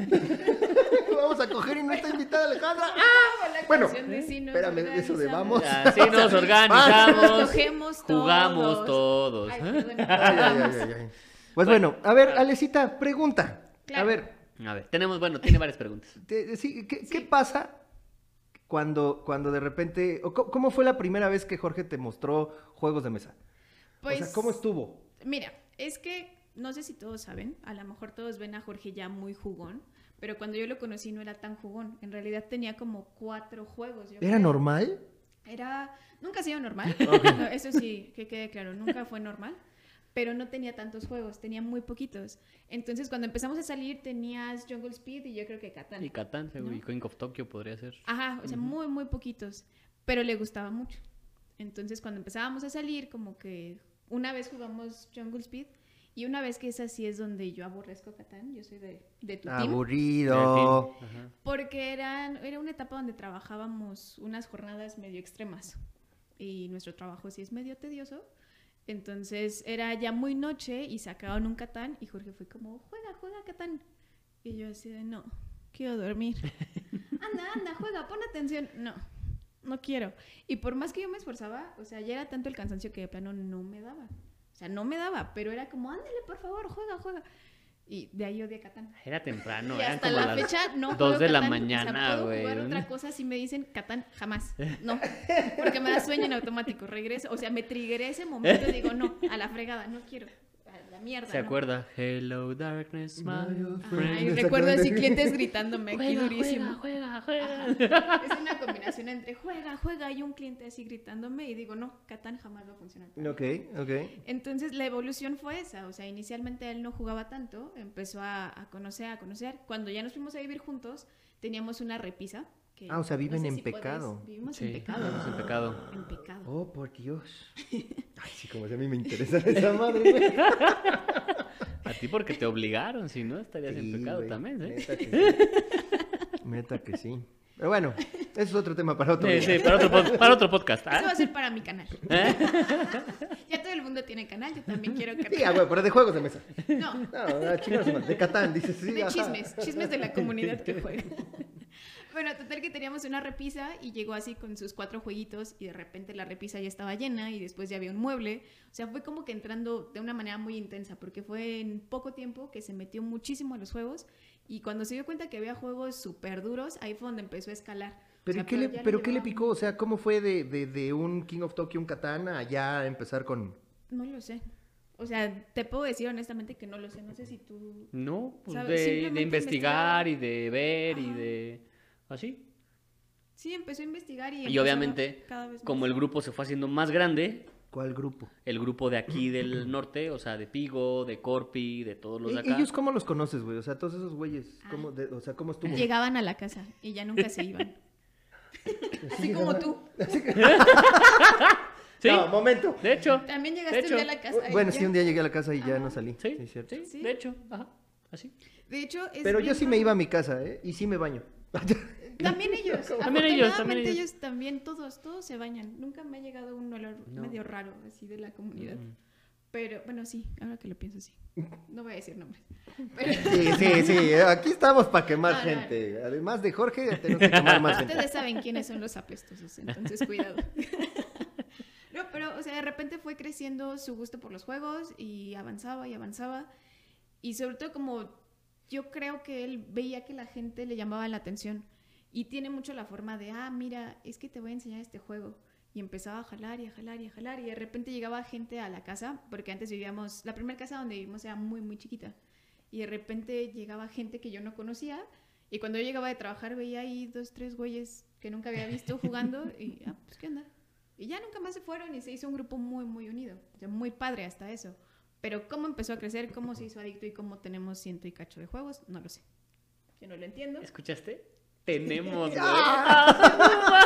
A: Vamos a coger y no está invitada Alejandra. ¡Ah!
C: la
A: Bueno,
C: canción de sí, nos
A: espérame, eso de vamos.
B: Así nos organizamos,
C: Cogemos
B: jugamos
C: todos.
B: todos.
C: Ay, perdón.
A: Ay, ay, ay, ay, ay. Pues bueno, a ver, Alecita, pregunta. A
C: Claro.
A: ver,
B: A ver, tenemos, bueno, tiene varias preguntas.
A: te- sí, ¿qué, qué pasa cuando, cuando de repente, o co- cómo fue la primera vez que Jorge te mostró juegos de mesa?
C: Pues,
A: o sea, ¿cómo estuvo?
C: Mira, es que no sé si todos saben, a lo mejor todos ven a Jorge ya muy jugón, pero cuando yo lo conocí no era tan jugón. En realidad tenía como cuatro juegos. yo
A: ¿Era
C: creo.
A: normal?
C: Era, nunca ha
A: *laughs*
C: sido normal, No, eso sí, que quede claro, nunca fue normal, pero no tenía tantos juegos, tenía muy poquitos. Entonces, cuando empezamos a salir, tenías Jungle Speed y yo creo que Catán.
B: Y Catán, seguro,
C: ¿No?
B: y King of Tokyo podría ser.
C: Ajá, o sea, muy, muy poquitos, pero le gustaba mucho. Entonces, cuando empezábamos a salir, como que una vez jugamos Jungle Speed y una vez que es así es donde yo aborrezco Catán, yo soy de, de
A: Ah,
C: tu team.
A: Aburrido.
B: Ajá.
C: Porque eran, era una etapa donde trabajábamos unas jornadas medio extremas y nuestro trabajo sí es medio tedioso. Entonces era ya muy noche y sacaban un Catán y Jorge fue como, juega, juega Catán. Y yo así de, no, quiero dormir. anda, anda, juega, pon atención. No, no quiero. Y por más que yo me esforzaba, o sea, ya era tanto el cansancio que de plano no me daba. O sea, no me daba, pero era como, ándale, por favor, juega, juega. Y de ahí odié Catán
B: Era temprano,
C: y
B: eran
C: hasta
B: como
C: la
B: las
C: fecha no
B: dos
C: juego
B: de la
C: Catán, o
B: mañana,
C: sea, puedo
B: güey.
C: jugar otra cosa si me dicen Catán jamás no porque me da sueño en automático regreso o sea me triggeré ese momento y digo no a la fregada no quiero a la mierda
B: ¿Se
C: no.
B: acuerda? Hello darkness, my old
C: Ay,
B: friend.
C: recuerdo así clientes gritándome aquí
B: Juega,
C: durísimo
B: juega, juega, juega.
C: es una combinación entre juega juega y un cliente así gritándome y digo no Catán jamás va a funcionar para mí".
A: Ok, ok.
C: Entonces la evolución fue esa, o sea, inicialmente él no jugaba tanto, empezó a, a conocer, a conocer. Cuando ya nos fuimos a vivir juntos, teníamos una repisa. que
A: Ah, o sea, viven en
C: puedes-
A: pecado.
C: Vivimos
B: Sí,
C: en
B: vivimos
C: pecado.
B: en pecado.
C: En pecado.
A: Oh, por
B: *laughs*
A: Dios. Ay, sí, como si a mí me interesa esa madre, güey.
B: A ti porque te obligaron, si no estarías en
A: Sí,
B: pecado
A: güey,
B: también, ¿eh?
A: Neta que, sí. Neta que sí. Pero bueno, eso es otro tema para otro
B: Sí,
A: día.
B: sí, para otro, pod- para otro podcast. ¿ah?
C: Eso va a ser para mi canal.
B: ¿Eh?
C: *laughs* ya todo el mundo tiene canal, yo
A: *laughs*
C: también quiero
A: Sí,
C: canal.
A: ah, güey, pero de juegos de mesa.
C: No,
A: No, ah, chingados, man, de Catán, dices. Sí,
C: de
A: ajá.
C: chismes, chismes
A: *laughs*
C: de la comunidad que juega. *laughs* bueno, total que teníamos una repisa y llegó así con sus cuatro jueguitos y de repente la repisa ya estaba llena y después ya había un mueble. O sea, fue como que entrando de una manera muy intensa porque fue en poco tiempo que se metió muchísimo a los juegos y cuando se dio cuenta que había juegos súper duros, ahí fue donde empezó a escalar. O
A: Pero,
C: sea,
A: ¿y ¿qué, le,
C: ya
A: pero ¿qué le
C: llevaba
A: picó? O sea, ¿cómo fue de, de, de un King of Tokyo, un Catán, a ya empezar con.
C: No lo sé. O sea, te puedo decir honestamente que no lo sé. No sé si tú...
B: No, pues
C: ¿Sabes?
B: de, de
C: Simplemente
B: investigar y de ver y
C: Ajá.
B: de... Así.
C: Sí, empezó a investigar y...
B: Y
C: empezó
B: obviamente,
C: cada vez
B: como
C: más.
B: el grupo se fue haciendo más grande,
A: ¿Cuál grupo?
B: el grupo de aquí del norte, o sea, de Pigo, de Corpi, de todos los de
A: ¿E-
B: acá.
A: ¿Ellos cómo los conoces, güey? O sea, todos esos güeyes.
C: Ah.
A: *laughs* ¿cómo de- o sea, ¿cómo estuvo? Pues
C: Llegaban a la casa y ya nunca se iban. Así como tú.
B: Sí,
A: No, momento.
B: de hecho.
C: También llegaste
B: De hecho.
C: un día a la casa. y
A: Bueno,
C: ya.
A: sí, un día llegué a la casa y ya no salí.
B: Sí,
A: es cierto.
B: sí,
C: Sí.
B: de hecho. Ajá, así.
C: De hecho, es
A: Pero yo
C: bien
A: sí me
C: raro.
A: iba a mi casa, ¿eh? Y sí me baño. *laughs*
B: También
C: También ellos.
B: ellos, también
C: Afortunadamente
B: ellos.
C: ellos también, todos, todos se bañan. Nunca me ha llegado un olor
B: No.
C: medio raro así de la comunidad.
B: Mm.
C: Pero, bueno, sí, ahora que lo pienso, sí. No voy a decir nombres. Pero
A: Sí, sí, sí. Aquí estamos para quemar
C: Ah, No, no,
A: gente. Además de Jorge, tenemos que quemar más gente.
C: ustedes saben quiénes son los apestosos, entonces cuidado. *laughs* No, pero, o sea, de repente fue creciendo su gusto por los juegos y avanzaba y avanzaba. Y sobre todo como yo creo que él veía que la gente le llamaba la atención. Y tiene mucho la forma de, ah, mira, es que te voy a enseñar este juego. Y empezaba a jalar y a jalar y a jalar. Y de repente llegaba gente a la casa, porque antes vivíamos, la primera casa donde vivimos era muy, muy chiquita. Y de repente llegaba gente que yo no conocía. Y cuando yo llegaba de trabajar veía ahí dos, tres güeyes que nunca
A: *laughs*
C: había visto jugando. Y, ah, pues qué onda. Y ya nunca más se fueron y se hizo un grupo muy, muy unido. O sea, muy padre hasta eso. Pero cómo empezó a crecer, cómo se hizo adicto y cómo tenemos ciento y cacho de juegos, no lo sé. Yo no lo entiendo.
B: ¿Escuchaste? Tenemos, güey.
C: Ah.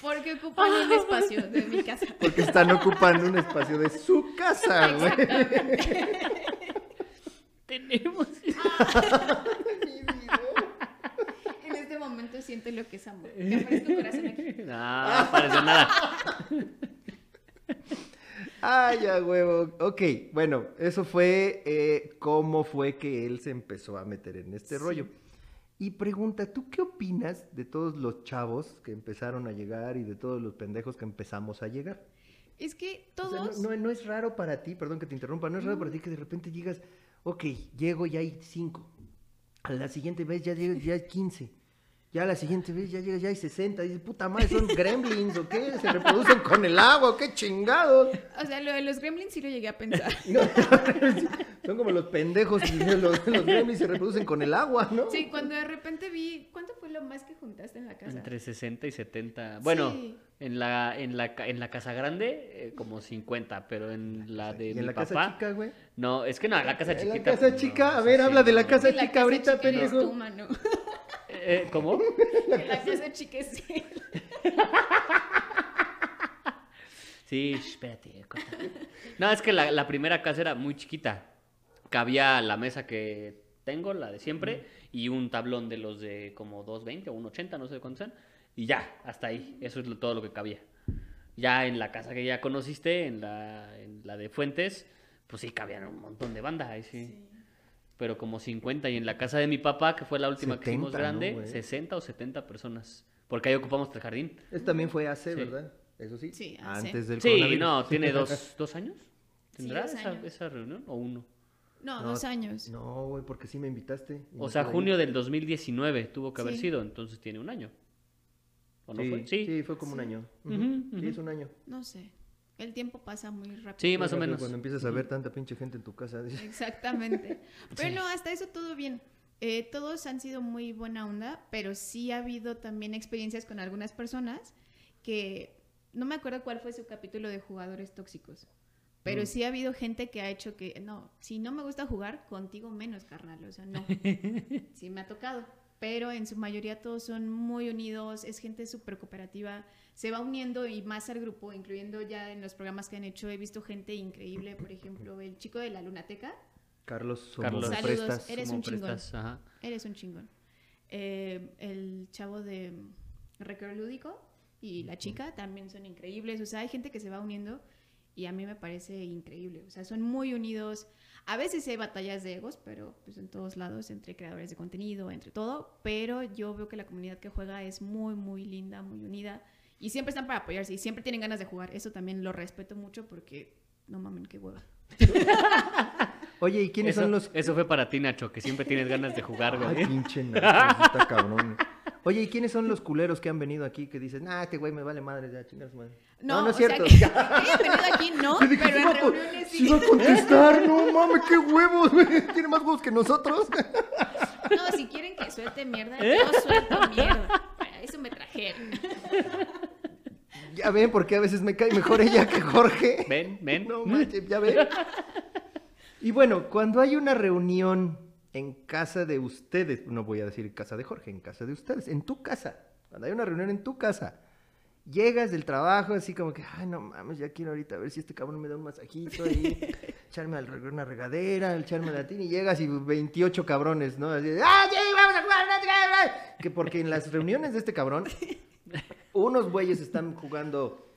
C: Porque ocupan un
A: Ah,
C: espacio de
A: *laughs*
C: mi casa.
A: *laughs* Porque están ocupando un espacio de su casa, güey.
B: Tenemos.
C: Ah,
A: Pues
C: En este momento siento lo que
A: *laughs*
C: es amor. Que aparezca un corazón
B: *laughs*
C: aquí.
B: No, no pareció nada.
A: Ay, ya huevo. Ok, bueno, eso fue eh, cómo fue que él se empezó a meter en este
C: Sí.
A: rollo. Y pregunta, ¿tú qué opinas de todos los chavos que empezaron a llegar y de todos los pendejos que empezamos a llegar?
C: Es que
A: O sea,
C: todos. Mm.
A: no, no- no es raro para ti, perdón que te interrumpa, no es raro para ti que de repente digas, ok, llego y hay cinco. A la siguiente vez ya llegas, ya hay 15. Ya a la siguiente vez ya llegas, ya hay 60. Dices, puta madre,
C: *laughs*
A: son gremlins o qué? Se reproducen con el agua, o qué chingados.
C: O sea, lo de los gremlins sí lo llegué a pensar.
A: No, *laughs* son como los pendejos, y los, los gremlins se reproducen con el agua, ¿no?
C: Sí, cuando de repente vi. ¿Cuánto fue lo más que juntaste en la casa?
B: Entre 60 y 70. Bueno,
C: Sí.
B: en, la, en, la, ca- en la casa grande, eh, como 50, pero en la de
A: ¿Y
B: mi
A: en la
B: papá.
A: casa chica, güey?
B: No, es que no, la casa
A: En
B: chiquita.
A: la casa
B: no,
A: chica,
B: no,
A: a ver,
B: sí,
A: habla de la
B: no.
A: casa
C: Que la
A: chica ahorita,
C: chica eres
A: pendejo.
C: tú, mano.
B: Eh, ¿Cómo?
C: Que *laughs* la casa chica es él.
B: Sí, sh, espérate. corta. No, es que la, la primera casa era muy chiquita. Cabía la mesa que tengo, la de siempre, y un tablón de los de como 220 o 180, no sé cuántos son. Y ya, hasta ahí. Eso es lo- todo lo que cabía. Ya en la casa que ya conociste, en la, en la de Fuentes, pues sí cabían un montón de banda. Ahí sí. Pero como 50. Y en la casa de mi papá, que fue la última que hicimos
A: 70, ¿no,
B: grande,
A: güey?
B: 60 o 70 personas. Porque ahí ocupamos el jardín.
A: Eso también fue hace,
B: Sí.
A: ¿verdad? Eso sí.
C: Sí, hace.
A: Antes del
B: Sí,
A: coronavirus.
B: no,
A: *laughs*
B: tiene dos, dos años.
C: Sí,
B: ¿Tendrá
C: dos
B: esa,
C: años.
B: esa reunión o uno?
C: No,
A: No,
C: dos años.
A: No, güey, porque sí me invitaste. y no
B: O sea,
A: pude
B: junio del 2019 tuvo que haber
C: Sí.
B: sido, entonces tiene un año. ¿O
A: ir.
B: no
A: sí,
B: fue?
A: Sí.
B: Sí.
A: fue como un año.
B: Ujú,
A: Ujú, Sí,
B: ujú.
A: es un año.
C: No sé. El tiempo pasa muy rápido.
B: Sí, más o
A: Rápido,
B: menos.
A: Cuando empiezas a ver tanta pinche gente en tu casa, dices,
C: Exactamente. Pero no, hasta eso todo bien. Eh, todos han sido muy buena onda, pero sí ha habido también experiencias con algunas personas que no me acuerdo cuál fue su capítulo de jugadores tóxicos. Pero
A: Mm.
C: sí ha habido gente que ha hecho que, no, si no me gusta jugar, contigo menos, carnal. O sea, no. sí me ha tocado. Pero en su mayoría todos son muy unidos, es gente súper cooperativa, se va uniendo y más al grupo, incluyendo ya en los programas que han hecho, he visto gente increíble, por ejemplo, el chico de la lunateca,
A: Carlos,
B: Carlos.
A: Carlos.
C: Saludos,
A: prestas.
C: eres
B: Como
C: un chingón.
B: prestas, ajá.
C: Eres un chingón. Eh, el chavo de mm, Recreo Lúdico y la chica también son increíbles. O sea, hay gente que se va uniendo y a mí me parece increíble. O sea, son muy unidos. A veces sí hay batallas de egos, pero pues en todos lados, entre creadores de contenido, entre todo. Pero yo veo que la comunidad que juega es muy, muy linda, muy unida. Y siempre están para apoyarse y siempre tienen ganas de jugar. Eso también lo respeto mucho porque no mamen, qué hueva.
A: Oye, ¿y quiénes
B: eso,
A: son
B: *laughs*
A: los
B: eso fue para ti, Nacho, que siempre tienes ganas de jugar,
A: Ay,
B: güey.
A: pinche Nacho, sí está cabrón. Oye, ¿y quiénes son los culeros que han venido aquí que dicen, ah, este güey me vale madre, ya chingar su madre?
C: No,
A: no es
C: o
A: cierto.
C: sea que, *laughs* que hayan venido aquí,
A: *laughs*
C: no,
A: Yo dije,
C: pero
A: "Sí
C: en
A: va a co-
C: reuniones
A: sí
C: sí.
A: va a contestar, no mames, qué huevos, *laughs* güey. Tiene más huevos que nosotros. *laughs*
C: No, si quieren que suelte mierda, yo suelto mierda. Para eso me trajeron.
A: Ya ven, porque a veces me cae mejor ella que Jorge.
B: Ven, ven.
A: No manches, ya ven. Y bueno, cuando hay una reunión en casa de ustedes, no voy a decir casa de Jorge, en casa de ustedes, en tu casa, Cuando hay una reunión en tu casa, llegas del trabajo así como que, ay, no mames, ya quiero ahorita ver si este cabrón me da un masajito ahí, echarme al- una regadera, echarme la tina, y llegas y 28 cabrones, ¿no? Así, de, ¡ah, sí, vamos a jugar! no sé qué, bla". Que porque en las reuniones de este cabrón, unos güeyes están jugando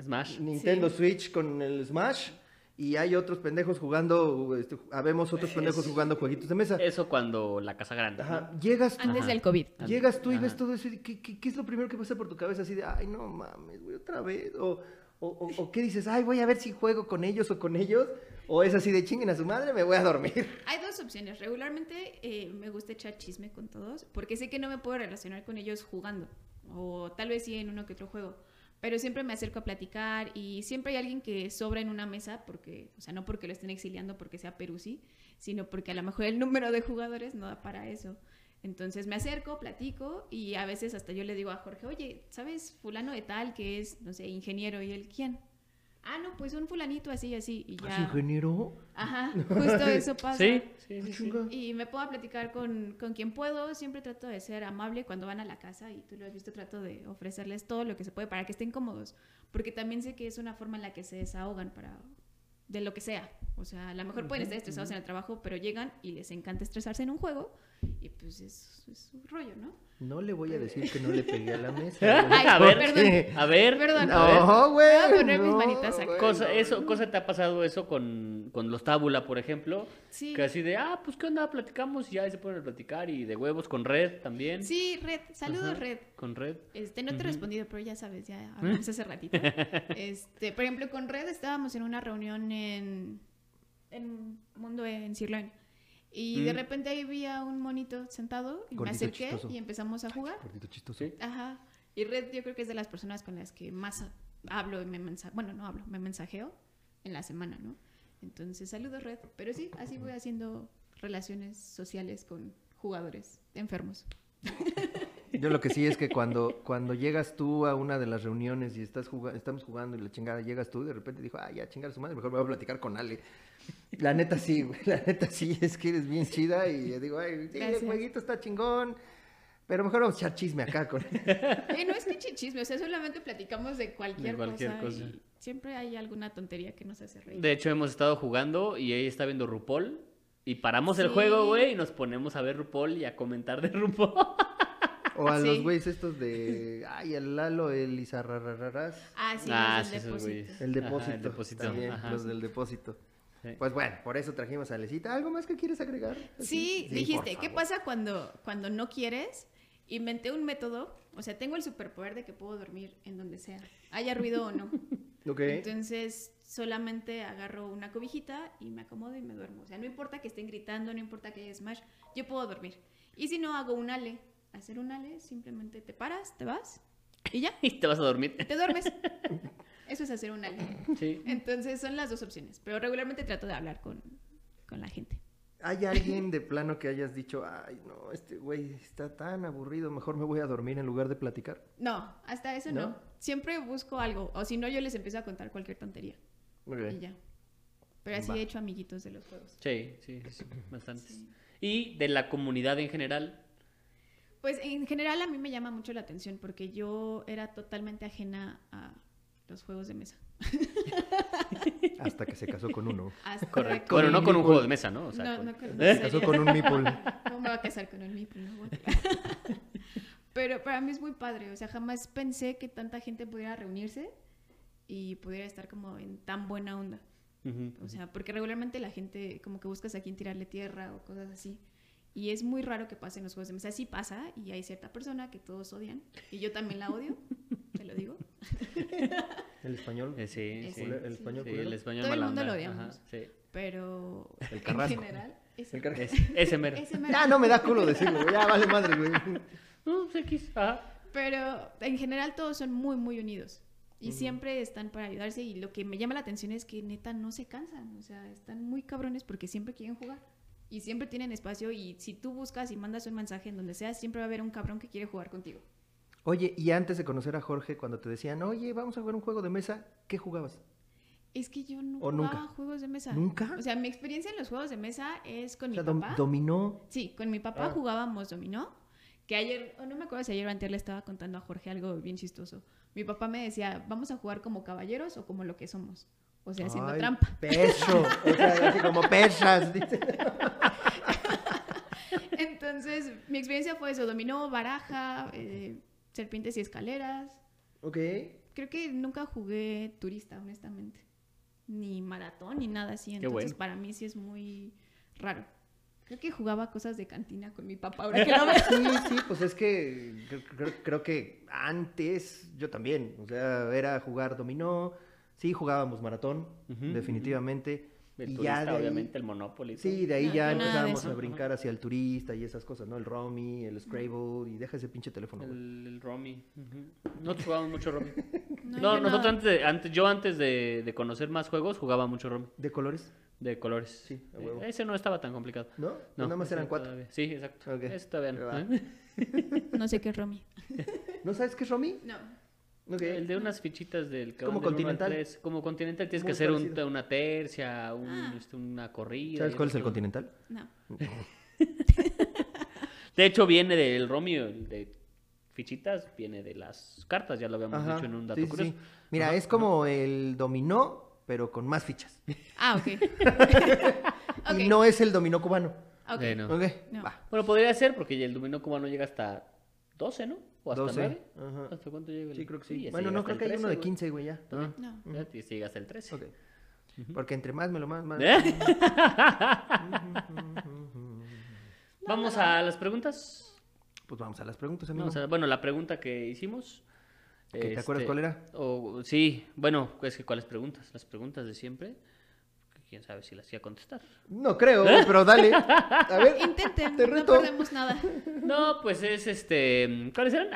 B: Smash.
A: Nintendo Switch con el Smash y hay otros pendejos jugando, este, habemos otros pendejos jugando jueguitos de mesa.
B: Eso cuando la casa grande.
A: Ajá,
B: ¿no?
A: Llegas tú,
C: Antes
B: Ajá.
C: del COVID.
B: Eh, Antes,
A: llegas tú y ves
B: ajá.
A: todo eso y ¿qué, qué, qué es lo primero que pasa por tu cabeza? Así de, ay, no mames, güey, otra vez. O, o, o- o qué dices, ay, voy a ver si juego con ellos o con ellos. O es así de chinguen a su madre, me voy a dormir.
C: Hay dos opciones. Regularmente eh, me gusta echar chisme con todos porque sé que no me puedo relacionar con ellos jugando o tal vez sí en uno que otro juego. Pero siempre me acerco a platicar y siempre hay alguien que sobra en una mesa porque, o sea, no porque lo estén exiliando porque sea Peruzzi, sino porque a lo mejor el número de jugadores no da para eso. Entonces me acerco, platico y a veces hasta yo le digo a Jorge, oye, ¿sabes fulano de tal que es, no sé, ingeniero? ¿Y él quién? Ah, no, pues un fulanito así, así. Y
A: Ah, ¿Es
C: ya.
A: ingeniero? *laughs*
C: Ajá, justo eso pasa.
B: Sí, sí,
A: Ah,
B: sí, sí.
A: chinga.
C: Y me puedo a platicar con, con quien puedo. Siempre trato de ser amable cuando van a la casa y tú lo has visto. Trato de ofrecerles todo lo que se puede para que estén cómodos. Porque también sé que es una forma en la que se desahogan para de lo que sea. O sea, a lo mejor pueden estar estresados en el trabajo, pero llegan y les encanta estresarse en un juego. Y pues es, es un rollo, ¿no?
A: No le voy a decir que no le pegué a la mesa. güey.
C: Ay,
B: *laughs* A ver,
A: ¿Por
C: perdón.
A: qué?
B: A ver,
C: Perdón.
B: a ver.
A: No, güey.
C: Voy a poner mis
A: no,
C: manitas acá.
A: güey,
B: Cosa,
A: no.
B: eso, cosa te ha pasado eso con, con los tábula, por ejemplo.
C: Sí.
B: Que así de, ah, pues qué onda, platicamos y ya se ponen a platicar. Y de huevos con red también.
C: Sí, Red. Saludos,
B: Ajá,
C: Red.
B: Con red.
C: Este, no te he
B: Ujú.
C: respondido, pero ya sabes, ya hablamos hace ratito. Este, por ejemplo, con Red estábamos en una reunión en, en Mundo en Cirloin. Y de
B: Mm.
C: repente ahí vi a un monito sentado y me
A: Gordito
C: acerqué
A: chistoso.
C: y empezamos a jugar.
A: Gordito chistoso.
B: Sí.
C: Ajá. Y Red yo creo que es de las personas con las que más hablo y me mensajeo. Bueno, no hablo, me mensajeo en la semana, ¿no? Entonces, saludos Red. Pero sí, así voy haciendo relaciones sociales con jugadores enfermos.
A: Yo lo que sí es que cuando, cuando llegas tú a una de las reuniones y estás jugando, estamos jugando y la chingada llegas tú, de repente dijo, ah, ya chingar a su madre, mejor me voy a platicar con Ale. La neta sí, güey, la neta sí, es que eres bien chida y yo digo, ay, sí,
C: Gracias.
A: el jueguito está chingón, pero mejor vamos a echar chisme acá con
C: Eh, no es que eche chisme, o sea, solamente platicamos de cualquier,
B: De cualquier
C: cosa. y
B: cosa.
C: siempre hay alguna tontería que nos hace reír.
B: De hecho, hemos estado jugando y ella está viendo RuPaul. Y paramos el
C: Sí.
B: juego, güey, y nos ponemos a ver RuPaul y a comentar de *laughs* RuPaul.
A: O a los
C: *laughs* Sí.
A: güeyes estos de, ay, el Lalo, el Izarrararás,
C: Ah, sí, los del
B: sí, esos
C: depósito.
B: güeyes.
A: el
B: Ajá,
A: depósito.
B: el depósito.
A: también,
B: Ajá.
A: los del depósito.
B: Sí.
A: Pues bueno, por eso trajimos a Alecita. ¿Algo más que quieres agregar?
C: Sí,
A: por
C: dijiste, ¿qué
A: favor.
C: pasa cuando, cuando no quieres? Inventé un método, o sea, tengo el superpoder de que puedo dormir en donde sea, haya ruido o no.
A: Ok.
C: Entonces, solamente agarro una cobijita y me acomodo y me duermo. O sea, no importa que estén gritando, no importa que haya smash, yo puedo dormir. Y si no, hago un ale. Hacer un ale, simplemente te paras, te vas y ya.
B: Y te vas a dormir.
C: te duermes. Eso es hacer un alien.
B: Sí.
C: Entonces son las dos opciones, pero regularmente trato de hablar con, con la gente.
A: ¿Hay alguien de plano que hayas dicho, ay, no, este güey está tan aburrido, mejor me voy a dormir en lugar de platicar?
C: No, hasta eso no.
A: ¿No?
C: Siempre busco algo, o si no, yo les empiezo a contar cualquier tontería
A: Ok.
C: y ya. Pero así
A: Va.
C: he hecho amiguitos de los juegos.
B: Sí, sí, sí, sí, bastantes. Y de la comunidad en
C: *laughs*
B: general.
C: Pues en general a mí me llama mucho la atención porque yo era totalmente ajena a los juegos de mesa.
A: Hasta que se casó con
C: *laughs*
A: uno.
C: Hasta
B: Correcto.
C: que-
B: Bueno, no con un juego de mesa, ¿no? O sea,
C: No,
B: con-
C: no
B: *laughs*
C: con- no
A: Se
C: sería.
A: casó con un meeple.
C: No me voy a casar con el Mip, no voy. Pero para mí es muy padre, o sea, jamás pensé que tanta gente pudiera reunirse y pudiera estar como en tan buena onda.
B: Ujú.
C: O sea, porque regularmente la gente como que buscas a quién tirarle tierra o cosas así. Y es muy raro que pase en los juegos de mesa. Sí pasa y hay cierta persona que todos odian y yo también la odio, te lo digo.
A: El español.
B: Eh, sí,
C: Ese.
B: sí.
A: Culero- El
C: Sí.
A: español
B: Sí,
A: culero.
B: el español
C: Todo el
B: mala
C: mundo
B: onda.
C: lo odiamos.
B: Ajá, sí.
C: Pero
A: El
C: en
A: carrasco.
C: general, ese,
A: El carrasco.
B: Ese, ese
C: *laughs*
B: mero.
C: ese me-
A: Ya Ah, no me da culo decirlo, güey, ya vale madre, güey.
B: No, pues, X, ajá.
C: Pero en general todos son muy, muy unidos. Y siempre están para ayudarse. Y lo que me llama la atención es que neta no se cansan. O sea, están muy cabrones porque siempre quieren jugar. Y siempre tienen espacio. Y si tú buscas y mandas un mensaje en donde sea, siempre va a haber un cabrón que quiere jugar contigo.
A: Oye, y antes de conocer a Jorge, cuando te decían, oye, vamos a jugar un juego de mesa, ¿qué jugabas?
C: Es que yo no
A: O
C: jugaba
A: nunca.
C: juegos de mesa.
A: ¿Nunca?
C: O sea, mi experiencia en los juegos de mesa es con
A: O sea,
C: mi
A: dom-
C: papá.
A: dominó.
C: Sí, con mi papá
A: Ah.
C: jugábamos dominó, Que ayer, o no me acuerdo si ayer o antes le estaba contando a Jorge algo bien chistoso. Mi papá me decía, vamos a jugar como caballeros o como lo que somos. O sea, haciendo
A: Ay,
C: trampa. *laughs*
A: Pecho. O sea, así como pechas. dice.
C: Entonces, mi experiencia fue eso, dominó, baraja, eh, serpientes y escaleras.
A: Ok.
C: Creo que nunca jugué turista, honestamente. Ni maratón, ni nada así. Entonces,
B: bueno.
C: para mí sí es muy raro. Creo que jugaba cosas de cantina con mi
A: *laughs*
C: papá, ahora que lo veo.
A: Sí,
C: *laughs*
A: sí, pues es que creo, creo- creo que antes yo también, o sea, era jugar dominó, sí, jugábamos maratón,
B: Ujú.
A: definitivamente.
B: El
A: y
B: turista,
A: ya de ahí-
B: obviamente, el Monopoly. todo.
A: Sí, de ahí
C: No,
A: ya
C: nada de
A: empezábamos
C: eso.
A: a brincar hacia el turista y esas cosas, ¿no? El Romy, el Scrabble y deja ese pinche teléfono. güey.
B: El, el Romy. Ujú. Nosotros jugábamos mucho Romy.
C: No,
B: *laughs* No,
C: yo
B: nosotros
C: no.
B: antes, de- antes, yo antes de, de conocer más juegos jugaba mucho Romy.
A: ¿De colores?
B: De colores.
A: Sí, a
B: Eh,
A: huevo.
B: Ese no estaba tan complicado.
A: ¿No? Pues nada más
B: ese
A: eran cuatro.
B: todavía- Sí, exacto.
A: Ok.
B: Ese todavía no.
A: Va.
B: ¿Eh?
C: No sé qué es Romy.
A: ¿No sabes qué es Romy?
C: No.
A: Ok.
B: El de unas fichitas del que
A: Como
B: van del uno al
A: Continental.
B: tres. Como continental tienes
A: Muy
B: que hacer un-
A: parecido.
B: una tercia, un-
C: Ah.
B: este, una corrida.
A: ¿Sabes
B: y
A: cuál es el
B: otro.
A: continental?
C: No.
B: De hecho, viene del Romy, el de fichitas, viene de las cartas, ya lo habíamos
A: Ajá,
B: dicho en un dato
A: sí, sí,
B: curioso.
A: sí. Mira,
B: Ajá.
A: es como el dominó, pero con más fichas.
C: Ah,
A: *laughs*
C: ok. *laughs* ok.
A: Y no es el dominó cubano.
C: ok.
B: Eh, no.
A: Ok,
C: No.
A: va.
B: Bueno, podría ser, porque ya el dominó cubano llega hasta 12, ¿no? O hasta
A: 12,
B: 9.
A: ajá.
B: ¿Hasta cuánto llega? el-
A: Sí, creo que
B: ese
A: sí. Bueno,
B: llega
A: no,
B: hasta
A: creo
B: el
A: que hay uno de 15,
B: 13, güey.
A: güey, ya.
B: También.
C: No.
B: Ya, Y se llega hasta el 13.
A: Ok. Porque entre más me lo más, más. *laughs*
B: *laughs* ¿Eh? Vamos a las preguntas.
A: Pues vamos a las preguntas, amigo.
B: Vamos a- bueno, la pregunta que hicimos. este,
A: Ok, ¿Te acuerdas cuál era?
B: O, sí, bueno, es que cuáles preguntas. Las preguntas de siempre. que Quién sabe si las iba a contestar.
C: *laughs*
A: No creo,
B: ¿eh?
A: pero dale. A ver.
C: Intenten,
A: Te
C: no
A: reto.
C: perdemos nada.
A: *laughs*
B: No, pues es este. ¿Cuáles
C: *laughs*
B: eran?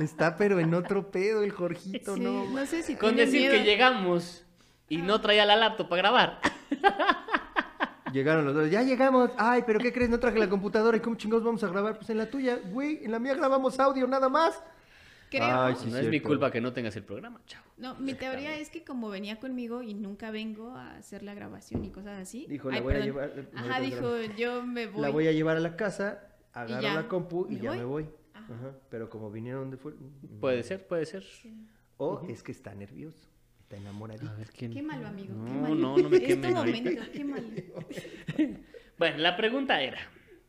A: Está pero en otro pedo el Jorgito,
C: Sí,
A: no.
C: no sé si
B: Con
C: tienen
B: decir
C: miedo.
B: que llegamos y no traía la laptop para grabar.
A: Llegaron los dos. Ya llegamos. Ay, pero ¿qué crees? No traje la computadora. ¿Y cómo chingados vamos a grabar? Pues en la tuya, güey. En la mía grabamos audio nada más.
C: Creo.
A: Ay, sí.
B: no es mi
A: cierto.
B: culpa que no tengas el programa, chao.
C: No, mi teoría es que como venía conmigo y nunca vengo a hacer la grabación y cosas así.
A: Dijo, la
C: Ay,
A: voy a
C: perdón.
A: llevar- eh,
C: Ajá,
A: ahorita
C: dijo, yo me voy.
A: La voy a llevar a la casa, agarro
C: ya.
A: la compu y
C: ¿Me
A: ya
C: voy? Ah.
A: me voy.
C: Ajá.
A: Ajá. Pero como vinieron de fuera.
B: Puede ser, puede ser.
A: O es que está nervioso. Está enamoradito.
B: A ver quién.
C: Qué malo, amigo. qué
B: No,
C: malo.
B: no,
C: *laughs*
B: no me
C: Es tu
B: quemen ahorita.
C: momento, qué malo.
B: Bueno, la pregunta era,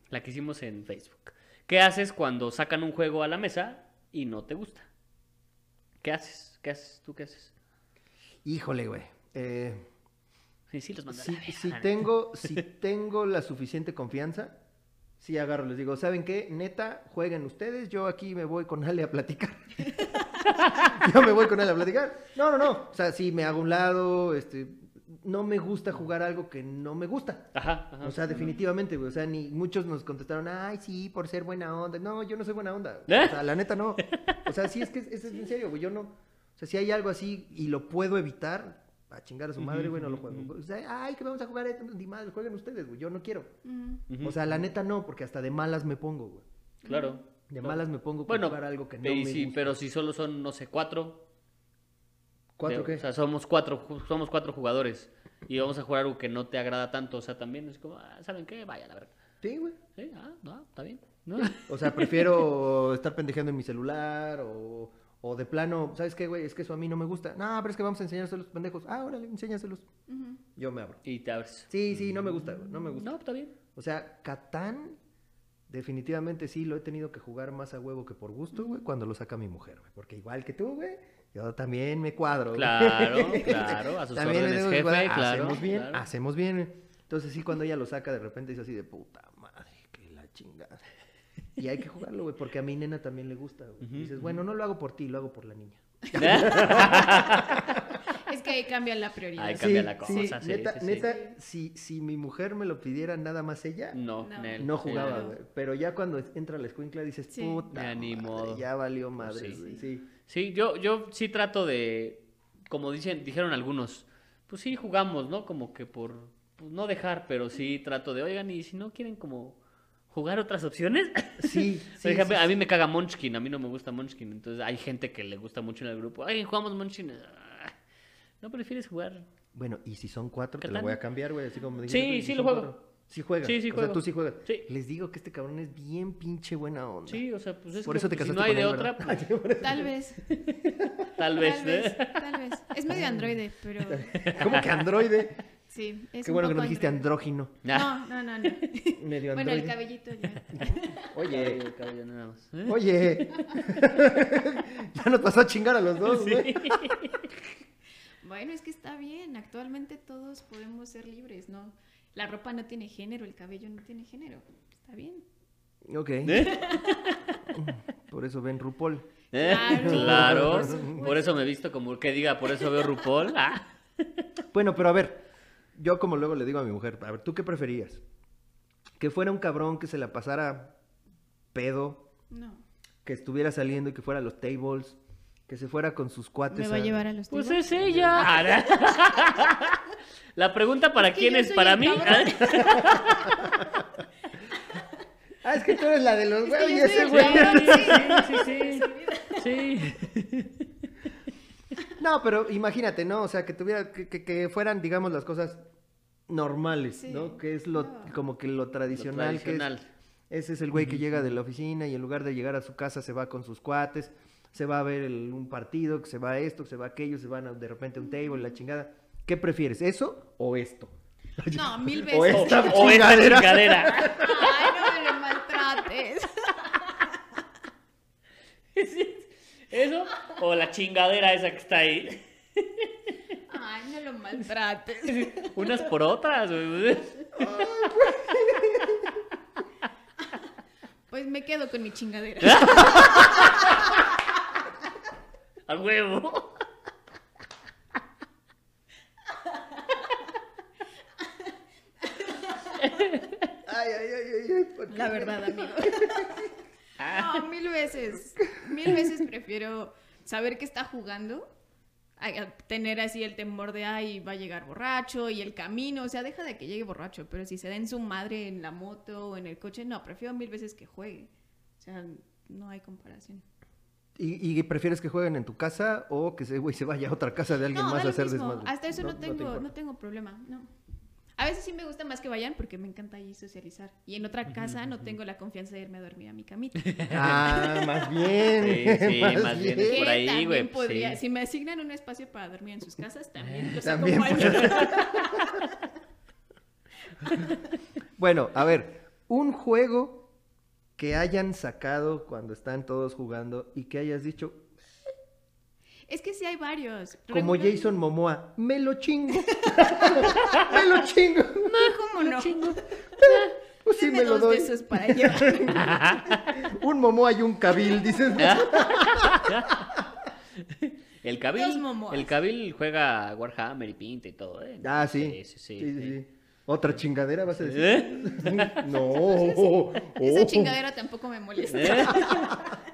B: la que hicimos en Facebook. ¿Qué haces cuando sacan un juego a la mesa y no te gusta? ¿Qué haces? ¿Qué haces? ¿Tú qué haces?
A: Híjole, güey. Eh,
B: Sí, sí, los mandé a
A: si,
B: la verga,
A: si
B: la neta. *laughs*
A: tengo, si tengo la suficiente confianza, sí agarro, les digo, ¿saben qué? Neta, jueguen ustedes, yo aquí me voy con Ale a platicar. *laughs* yo me voy con Ale a platicar. No, no, no. O sea, sí me hago a un lado, este, no me gusta jugar algo que no me gusta.
B: Ajá, ajá.
A: O sea, definitivamente, güey. O sea, ni muchos nos contestaron, ay, sí, por ser buena onda. No, yo no soy buena onda.
B: ¿Eh?
A: O sea, la neta no. O sea, sí es que es, es en serio, güey. Yo no. O sea, si hay algo así y lo puedo evitar, a chingar a su madre, güey, no lo juego. O sea, ay, que vamos a jugar esto. Ni madre, jueguen ustedes, güey. Yo no quiero.
C: Mm,
B: Ujú.
A: O sea, la neta no, porque hasta de malas me pongo, güey.
B: claro.
A: De
B: claro.
A: malas me pongo por
B: Bueno,
A: jugar algo que no me
B: y sí,
A: gusta.
B: pero si solo son, no sé, cuatro.
A: ¿Cuatro
B: de-
A: qué?
B: O sea, somos cuatro, ju- somos cuatro jugadores y vamos a jugar algo que no te agrada tanto. O sea, también es como, ah, ¿saben qué? Vaya, la verdad.
A: Sí, güey.
B: Sí, ah, no, está bien. ¿no?
A: O sea, prefiero *laughs* estar pendejeando en mi celular o, o de plano, ¿sabes qué, güey? Es que eso a mí no me gusta. No, pero es que vamos a enseñárselos, pendejos. Ah, órale, enséñaselos.
C: ujú.
A: Yo me abro.
B: *laughs* Y te abres.
A: Sí, sí, no me gusta, güey, no me gusta.
B: No, está bien.
A: O sea, Catán, definitivamente sí lo he tenido que jugar más a huevo que por gusto, güey, cuando lo saca mi mujer, güey. Porque igual que tú, güey, yo también me cuadro. güey.
B: *laughs* Claro, claro, a sus
A: También le
B: órdenes,
A: tengo que
B: jefe,
A: cuadrar.
B: claro,
A: Hacemos bien,
B: claro.
A: hacemos bien. güey. Entonces sí, cuando ella lo saca, de repente es así de puta madre, que la chingada. Y hay que jugarlo, güey, porque a mi nena también le gusta, güey.
B: Ujú,
A: Dices, bueno, no lo hago por ti, lo hago por la niña.
C: Es que ahí cambia la prioridad.
B: Ahí cambia la cosa, sí,
A: neta,
B: sí, sí.
A: neta, Si, si mi mujer me lo pidiera nada más ella,
B: *laughs* No,
C: No.
B: Nel,
A: No
B: sí,
A: jugaba,
C: Claro.
A: güey. Pero ya cuando es- entra la escuincla dices,
C: Sí.
A: puta.
B: Ya ni
A: madre,
B: modo. Pues
A: Ya valió madre,
B: sí.
A: güey. Sí.
B: Sí, yo, yo sí trato de, como dicen, dijeron algunos, pues sí jugamos, ¿no? Como que por pues, no dejar, pero sí trato de, oigan, y si no quieren como jugar otras opciones. *laughs*
A: Sí. sí,
B: Por ejemplo,
A: sí,
B: a
A: sí.
B: mí me caga Munchkin, a mí no me gusta Munchkin, entonces hay gente que le gusta mucho en el grupo, ay, jugamos Munchkin. Ah, ¿No prefieres jugar?
A: Bueno, y si son cuatro, te
B: Catán.
A: lo voy a cambiar, güey. Así como me dijiste tú,
B: Sí,
A: y si
B: sí lo
A: son
B: juego.
A: cuatro. Sí juega.
B: Sí, sí
A: o
B: juego.
A: sea, tú sí juegas.
B: Sí.
A: Les digo que este cabrón es bien pinche buena onda.
B: Sí, o sea, pues es
A: Por
B: que
A: eso te
B: pues,
A: casaste
B: si no hay
A: con
B: de
A: él,
B: otra,
A: ¿verdad?
B: pues,
C: Tal vez.
B: *laughs* tal vez.
C: Tal
B: ¿eh?
C: vez. Tal vez. Es medio androide,
B: *laughs*
C: pero
A: *laughs* ¿Cómo que androide?
C: sí. *laughs* Es
A: Qué
C: un
A: bueno que no
C: poco
A: dijiste
C: androide.
A: andrógino.
B: *laughs*
C: No, no, no, no.
A: Medio
C: Bueno, el
A: androide.
C: cabellito ya. *laughs*
A: Oye,
B: Cabello, cabello, nada más. *laughs*
A: oye. *laughs* ya nos pasó a chingar a los dos,
B: Sí.
A: güey.
C: Bueno, es que está bien. Actualmente todos podemos ser libres, ¿no? La ropa no tiene género, el cabello no tiene género. Está bien.
A: Ok. *laughs* Por eso ven RuPaul.
B: ¿Eh?
C: Claro.
B: Claro.
A: Por
B: Por eso me he visto como que diga, por eso veo RuPaul. Ah.
A: Bueno, pero a ver, yo como luego le digo a mi mujer, a ver, ¿tú qué preferías? ¿Que fuera un cabrón que se la pasara pedo,
C: No.
A: que estuviera saliendo y que fuera a los tables, que se fuera con sus cuates?
C: Me va a llevar a los
B: Pues
C: tubos?
B: es ella. Ah, no. *laughs* La pregunta para
C: Es que
B: quién
C: yo
B: es
C: soy
B: para
C: el
B: mí.
C: cabrón.
B: Ah,
A: Ah, es que tú eres la de los
C: que
A: güey,
C: yo
A: y
C: soy
A: ese
C: el
A: güey.
C: cabrón.
B: Sí, sí, sí. Sí.
A: No, pero imagínate, ¿no? O sea, que tuviera, que, que- que fueran, digamos, las cosas normales,
C: Sí,
A: ¿no? Que es lo,
C: no.
A: como que lo tradicional, que es-
B: tradicional.
A: ese es el güey que llega de la oficina y en lugar de llegar a su casa se va con sus cuates, se va a ver el- un partido, que se va a esto, que se va a aquello, se van a, de repente a un table, la chingada. ¿Qué prefieres, eso o esto?
C: No, *laughs* mil
A: O
C: veces.
A: esta
B: O esta
A: chingadera. *laughs*
B: chingadera.
C: Ay, no me lo maltrates. *laughs*
B: Eso o la chingadera esa que está ahí.
C: Ay, no lo maltrates. *laughs*
B: Unas por otras. güey.
C: Pues me quedo con mi *laughs* chingadera.
B: A huevo.
A: Ay, ay, ay, ay, ay, ¿por qué?
C: La verdad, amigo. No, mil veces. Mil veces prefiero saber que está jugando. a- a tener así el temor de, ay, va a llegar borracho y el camino. O sea, deja de que llegue borracho. Pero si se da en su madre en la moto o en el coche, no, prefiero mil veces que juegue. O sea, no hay comparación.
A: ¿Y, y prefieres que jueguen en tu casa o que ese güey se vaya a otra casa de alguien
C: No,
A: más
C: da
A: a
C: lo
A: hacer
C: mismo.
A: desmadre?
C: Hasta eso no, tengo, no,
A: importa.
C: tengo problema, no. A veces sí me gusta más que vayan porque me encanta ahí socializar. Y en otra casa no tengo la confianza de irme a dormir a
A: *laughs*
C: mi camita.
A: Ah,
C: *laughs*
A: más bien.
B: Sí,
A: *laughs*
B: sí, más bien.
C: Que
B: por ahí,
C: también
B: güey, pues,
C: podría-
B: sí. Ah,
C: Si me asignan un espacio para dormir en sus casas, también los
A: También
C: acompaño.
A: Bueno, a ver, un juego que hayan sacado cuando están todos jugando y que hayas dicho,
C: Es que sí hay varios.
A: como
C: Regular-
A: Jason Momoa, me lo chingo. *laughs* me lo
C: *laughs*
A: chingo.
C: No, Ah, ¿cómo no?
A: Pues sí,
C: Deme
A: me lo
C: dos
A: doy.
C: de esos para llevar.
A: *laughs* Un Momoa y un Kabil, dices.
B: *laughs* El
C: Dos
B: Kabil,
C: momoas.
B: el Kabil juega Warhammer y pinta y todo, ¿eh?
A: *laughs* Ah, sí.
B: Sí, sí, sí.
A: Sí, sí, sí. Otra chingadera vas a decir. *laughs*
B: ¿Eh?
A: No.
C: *laughs*
A: oh,
C: Esa
A: oh.
C: chingadera tampoco me molesta.
A: *laughs*
B: ¿Eh? *laughs*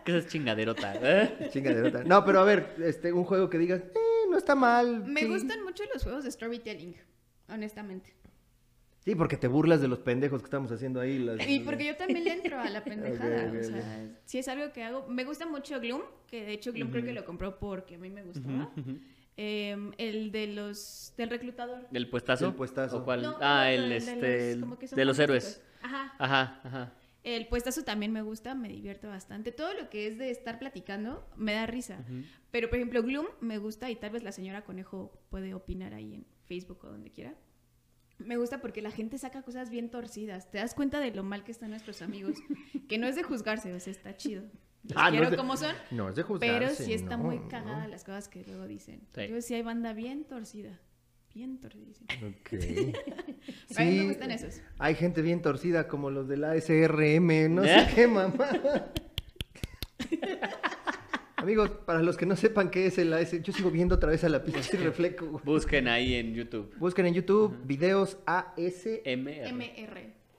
B: Que esa es chingaderota, ¿eh?
A: Chingaderota. No, pero a ver, este, un juego que digas, eh, no está mal.
C: Me
A: sí.
C: gustan mucho los juegos de storytelling, honestamente.
A: Sí, porque te burlas de los pendejos que estamos haciendo ahí. las-
C: Y porque yo también le entro a la pendejada.
A: Ok, ok,
C: o sea, sí es algo que hago. Me gusta mucho Gloom, que de hecho Gloom creo que lo compró porque a mí me gustaba. Em, el de los del reclutador.
B: ¿Del puestazo?
A: Del puestazo.
B: ¿O cuál?
C: No,
B: ah,
C: no,
B: el,
C: de
B: este,
C: los- como
B: el-
C: que
B: de
C: son
B: los, héroes.
C: políticos. Ajá.
B: Ajá, ajá.
C: El puestazo también me gusta, me divierto bastante. Todo lo que es de estar platicando me da risa. Pero por ejemplo, Gloom me gusta y tal vez la señora Conejo puede opinar ahí en Facebook o donde quiera. Me gusta porque la gente saca cosas bien torcidas. Te das cuenta de lo mal que están
A: *laughs*
C: nuestros amigos. que no es de juzgarse, o sea, está chido. Los
A: Ah, no
C: quiero
A: es de-
C: como son.
A: No, es de juzgarse.
C: Pero sí está
A: no,
C: muy
A: no.
C: cagada las cosas que luego dicen.
B: Sí.
C: Yo sí hay banda bien torcida. Bien torcidísima. *laughs*
A: Ok.
C: A mí me gustan esos.
A: Hay gente bien torcida como los de la SRM, no
B: ¿Eh?
A: sé qué mamá. Amigos, para los que no sepan qué es el AS, yo sigo viendo otra vez a la pinche reflejo. güey.
B: Busquen ahí en YouTube.
A: Busquen en YouTube videos ASMR.
B: M.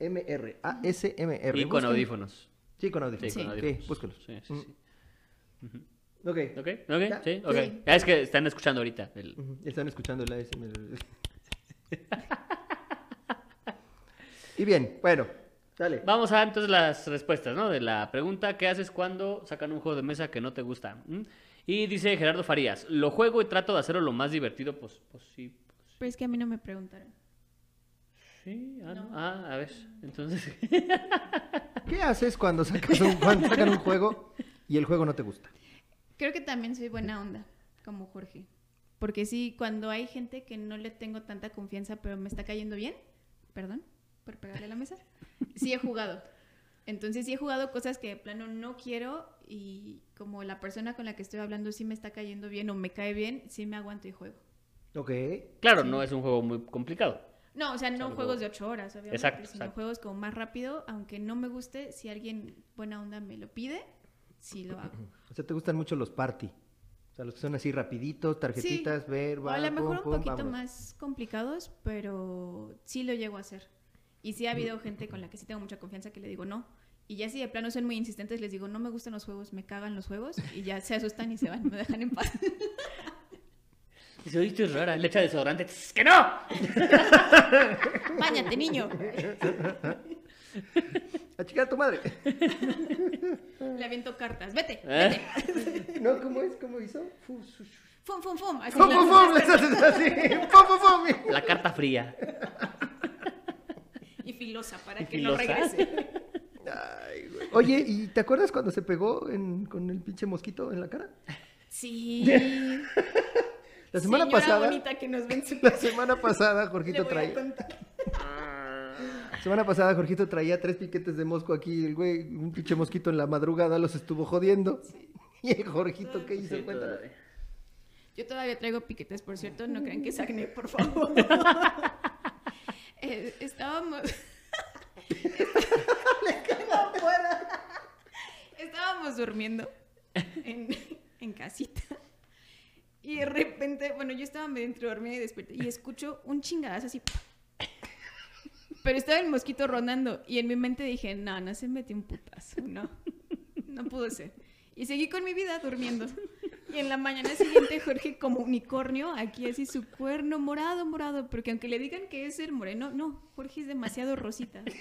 C: MR.
A: ASMR.
B: Y con
A: Busquen-
B: audífonos.
A: Sí, con
B: Sí,
A: audífonos.
B: con
C: Sí.
B: audífonos.
A: Sí, búsquenlos.
B: Sí, sí, sí.
A: Ok.
B: ¿Ok?
A: Mm. Ya,
B: ¿Ok? Sí, ok.
A: sí.
B: Ah, Es que están escuchando ahorita. el-
A: Ujú, Están escuchando el ASMR. *laughs* y bien, bueno, dale.
B: Vamos a entonces las respuestas, ¿no? De la pregunta, ¿qué haces cuando sacan un juego de mesa que no te gusta? ¿Mm? Y dice Gerardo Farías, lo juego y trato de hacerlo lo más divertido pos- posi-
C: Pero es que a mí no me preguntaron.
B: Sí, ah, no.
C: No.
B: Ah, a ver. Entonces, *laughs*
A: ¿Qué haces cuando, sacas un- cuando sacan un juego y el juego no te gusta?
C: Creo que también soy buena onda, como Jorge. Porque sí, cuando hay gente que no le tengo tanta confianza, pero me está cayendo bien, perdón por pegarle a la mesa, sí he jugado. Entonces sí he jugado cosas que de plano no quiero y como la persona con la que estoy hablando sí me está cayendo bien o me cae bien, sí me aguanto y juego.
A: Ok.
B: claro, no es un juego muy complicado.
C: No, o sea, no
B: Algo-
C: juegos de 8 horas, obviamente,
B: Exacto,
C: sino
B: exacto.
C: juegos como más rápido, aunque no me guste, si alguien buena onda me lo pide, sí lo hago.
A: O sea, te gustan mucho los party. O sea, los que son así rapiditos, tarjetitas, ver,
C: O
A: va,
C: a lo
A: pum,
C: mejor un
A: pum,
C: poquito
A: vámonos.
C: más complicados, pero sí lo llego a hacer. Y sí ha habido gente con la que sí tengo mucha confianza que le digo no. Y ya si de plano son muy insistentes, les digo, no me gustan los juegos, me cagan los juegos. Y ya se asustan y se van, me dejan
A: *laughs*
C: en paz.
B: Dice, oye, esto es rara, le echa desodorante. ¡Tss, ¡Que no!
C: Báñate, niño.
A: A chingar a tu *laughs* madre.
C: Le aviento cartas. Vete,
B: ¿Eh?
C: vete.
A: ¿No? ¿Cómo es? ¿Cómo hizo? Fu, su, su.
C: Fum, fum, fum. Así
A: ¡Pum,
C: le
A: pum,
C: lanzo
A: pum!
C: las
A: Les haces así. ¡Pum, pum, pum!
B: La carta fría.
C: cartas. Y filosa para
B: Y
C: que
B: filosa.
C: no regrese.
A: Ay, güey. Oye, ¿y te acuerdas cuando se pegó en- con el pinche mosquito en la cara? *laughs*
C: Sí.
A: La semana
C: Señora
A: pasada.
C: bonita que nos
A: *laughs*
C: ven *laughs* su
A: La semana pasada,
C: Le
A: Jorgito
C: voy a
A: traía.
C: contar.
A: Semana pasada, Jorgito traía tres piquetes de mosco aquí. El güey, un pinche mosquito en la madrugada los estuvo jodiendo. *laughs* Y el Jorgito,
C: pues
A: ¿qué hizo?
B: Sí,
A: Cuéntame.
B: todavía.
C: Yo todavía traigo piquetes, por cierto, no crean que es acné, por favor. Eh, estábamos. Estábamos durmiendo en, en casita. Y de repente, bueno, yo estaba medio entre dormida y despierta. Y escucho un chingadazo así. Pero estaba el mosquito rondando. Y en mi mente dije, no, no se metió un putazo, no. No pudo ser. Y seguí con mi vida durmiendo. Y en la mañana siguiente, Jorge, como unicornio, aquí así su cuerno morado, morado. Porque aunque le digan que es el moreno, no, Jorge es demasiado rosita. *laughs*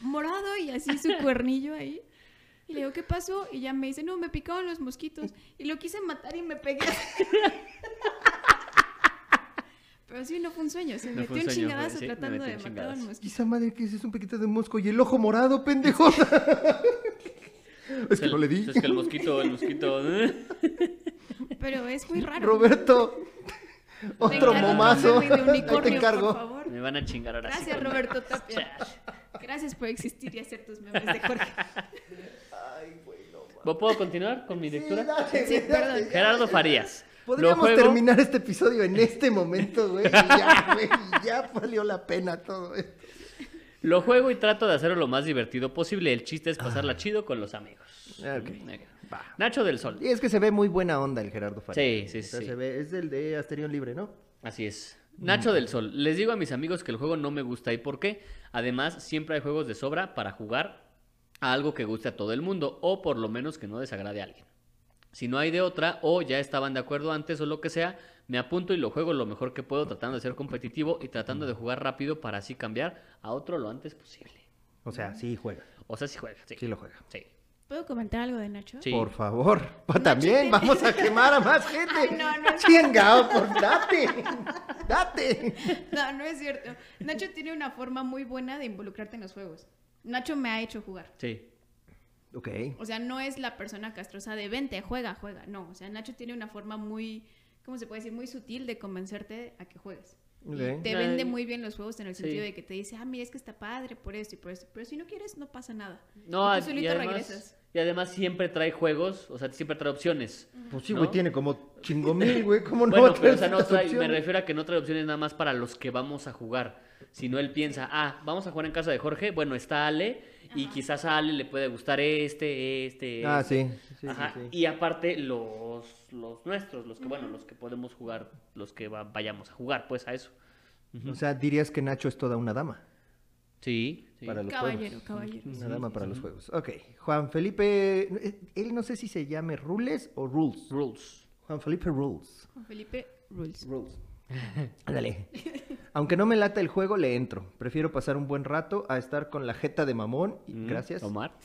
C: morado y así su cuernillo ahí. Y le digo, ¿qué pasó? Y ya me dice, no, me picaban los mosquitos. Y lo quise matar y me pegué. Pero sí, no fue un sueño. Se
B: No fue
C: metió
B: un
C: un
B: sueño,
C: chingadazo
B: fue- sí, me
C: tratando
B: metí
C: de
B: un
C: matar a un
B: chingadazo.
A: ¿Y
C: mosquito.
A: esa madre que es? Es un piquete de mosco y el ojo morado, pendejo. *laughs* es que no le di.
B: Es que el mosquito, el mosquito. ¿eh?
C: Pero es muy
B: *laughs*
C: raro.
A: Roberto,
C: Te
A: otro
C: encargo tu
A: momazo.
C: meme
A: *laughs*
C: de
A: Ahí
C: unicornio,
A: te
C: Por
A: encargo.
C: favor.
B: Me van a chingar ahora. sí
C: Gracias,
B: con-
C: Roberto
A: *laughs*
C: Tapia. Gracias por existir y hacer tus memes de Jorge.
B: ¿Vo- ¿Puedo continuar con mi lectura?
C: Sí, perdón.
B: Gerardo Farías. Lo
A: Podríamos
B: juego-
A: terminar este episodio en este momento, güey. y Ya, güey, y ya valió la pena todo esto.
B: Lo juego y trato de hacerlo lo más divertido posible. El chiste es pasarla chido con los amigos.
A: Ah.
B: Mm,
A: Ok, va.
B: Nacho del Sol.
A: Y es que se ve muy buena onda el Gerardo Farías.
B: Sí, sí,
A: O sea,
B: sí.
A: se ve- es del de Asterión Libre, ¿no?
B: Así es.
A: Mm.
B: Nacho del Sol. Les digo a mis amigos que el juego no me gusta y por qué. Además, siempre hay juegos de sobra para jugar a algo que guste a todo el mundo o por lo menos que no desagrade a alguien. Si no hay de otra o ya estaban de acuerdo antes o lo que sea, me apunto y lo juego lo mejor que puedo tratando de ser competitivo y tratando de jugar rápido para así cambiar a otro lo antes posible.
A: O sea, sí juega.
B: O sea, si juega. Sí.
A: Sí lo juega.
B: Sí.
C: ¿Puedo comentar algo de Nacho?
B: Sí.
A: Por favor. *laughs* Pa- también
C: tiene-
A: vamos a quemar a más gente.
C: Ay, no, no, no.
A: Chingao, por date. Date.
C: *laughs* No, no es cierto. Nacho tiene una forma muy buena de involucrarte en los juegos. Nacho me ha hecho jugar.
B: Sí.
A: Ok.
C: O sea, no es la persona castrosa de vente, juega, juega. No, o sea, Nacho tiene una forma muy, ¿cómo se puede decir? Muy sutil de convencerte a que juegues. Y
A: Ok.
C: Te
B: Ay.
C: vende muy bien los juegos en el
B: Sí.
C: sentido de que te dice, ah, mira, es que está padre por esto y por esto. Pero si no quieres, no pasa nada.
B: No,
C: y
B: ad-
C: tú
B: y
C: solito
B: además,
C: regresas.
B: y además siempre trae juegos, o sea, siempre trae opciones.
C: Mm.
A: Pues sí, güey,
B: ¿No?
A: tiene como chingo mil, güey. ¿Cómo no va
B: Bueno,
A: a traer
B: pero o sea, no
A: tantas
B: trae- me
A: opciones?
B: refiero a que no trae opciones nada más para los que vamos a jugar. Si no, él piensa, ah, vamos a jugar en casa de Jorge, bueno, está Ale, y quizás a Ale le puede gustar este, este.
A: Ah,
B: este.
A: sí. sí,
B: Ajá,
A: sí, sí.
B: Y aparte, los, los nuestros, los que, bueno, los que podemos jugar, los que va- vayamos a jugar, pues a eso.
A: O sea, dirías que Nacho es toda una dama
B: Sí, sí.
A: para los
C: Caballero,
A: juegos.
C: caballero.
A: Una dama para los juegos. Ok. Juan Felipe, eh, él no sé si se llame Rules o Rules.
B: Rules.
A: Juan Felipe Rules.
C: Juan Felipe Rules.
A: Rules. Ándale. Aunque no me lata el juego, le entro. Prefiero pasar un buen rato a estar con la jeta de mamón. y-
B: Mm,
A: Gracias.
B: Omar.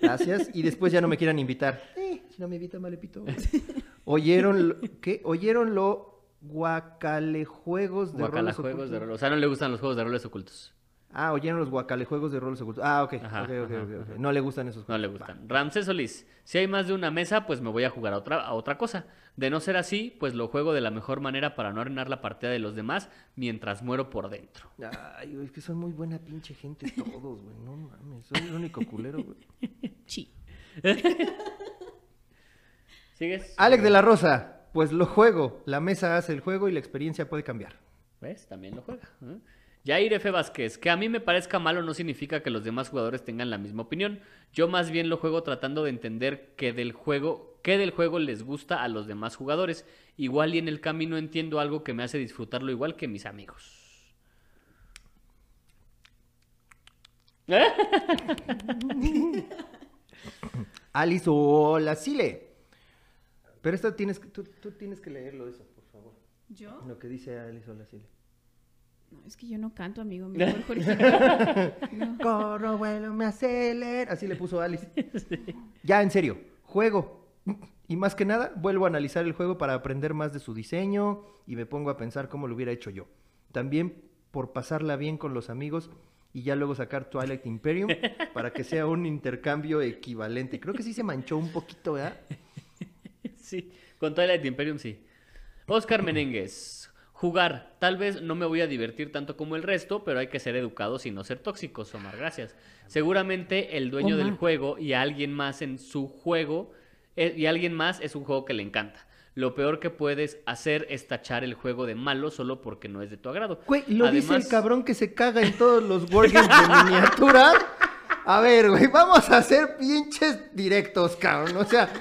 A: Gracias. Y después ya no me *laughs* quieran invitar. Eh, si no me invita, malepito. Oyeron lo, ¿qué? Oyeron lo guacalejuegos de roles
B: Guacalajuegos de
A: ocultos.
B: rol. O sea, no le gustan los juegos de roles ocultos.
A: Ah, oyeron los guacalejuegos de roles ocultos. Ah, ok,
B: Ajá,
A: ok, ok,
B: ajá,
A: ok, ok.
B: ajá.
A: No le gustan esos
B: No le gustan. Ramsés Solís. Si hay más de una mesa, pues me voy a jugar a otra, a otra cosa. De no ser así, pues lo juego de la mejor manera para no arruinar la partida de los demás mientras muero por dentro.
A: Va. Ay, güey, es que son muy buena pinche gente todos, güey. No mames, soy el único culero, güey.
C: Sí.
B: ¿Sigues?
A: Alex de la Rosa, pues lo juego. La mesa hace el juego y la experiencia puede cambiar.
B: ¿Ves? También lo juega. ¿eh? Jair F. Vázquez, que a mí me parezca malo no significa que los demás jugadores tengan la misma opinión. Yo más bien lo juego tratando de entender que del juego, qué del juego les gusta a los demás jugadores. Igual y en el camino entiendo algo que me hace disfrutarlo igual que mis amigos.
A: Alice o la Sile. Pero esto tienes que, tú, tú tienes que leerlo eso, por favor.
C: ¿Yo?
A: Lo que dice Alice o la Sile.
C: No, es que yo no canto,
A: *laughs*
C: amigo. Mejor Jorge. No.
A: Corro, vuelo, me acelera. Así le puso Alice. Ya, en serio, juego. Y más que nada, vuelvo a analizar el juego para aprender más de su diseño y me pongo a pensar cómo lo hubiera hecho yo. También por pasarla bien con los amigos y ya luego sacar Twilight Imperium para que sea un intercambio equivalente. Creo que sí se manchó un poquito, ¿verdad?
B: *laughs* Sí, con Twilight Imperium sí. Oscar Menengues. Jugar. Tal vez no me voy a divertir tanto como el resto, pero hay que ser educados y no ser tóxicos, Omar. Gracias. Seguramente el dueño del
C: Omar.
B: juego y alguien más en su juego, eh, y alguien más es un juego que le encanta. Lo peor que puedes hacer es tachar el juego de malo solo porque no es de tu agrado.
A: Güey, lo dice el
B: Además-
A: cabrón que se caga en todos los wargames de miniatura. A ver, güey, vamos a hacer pinches directos, cabrón. O sea,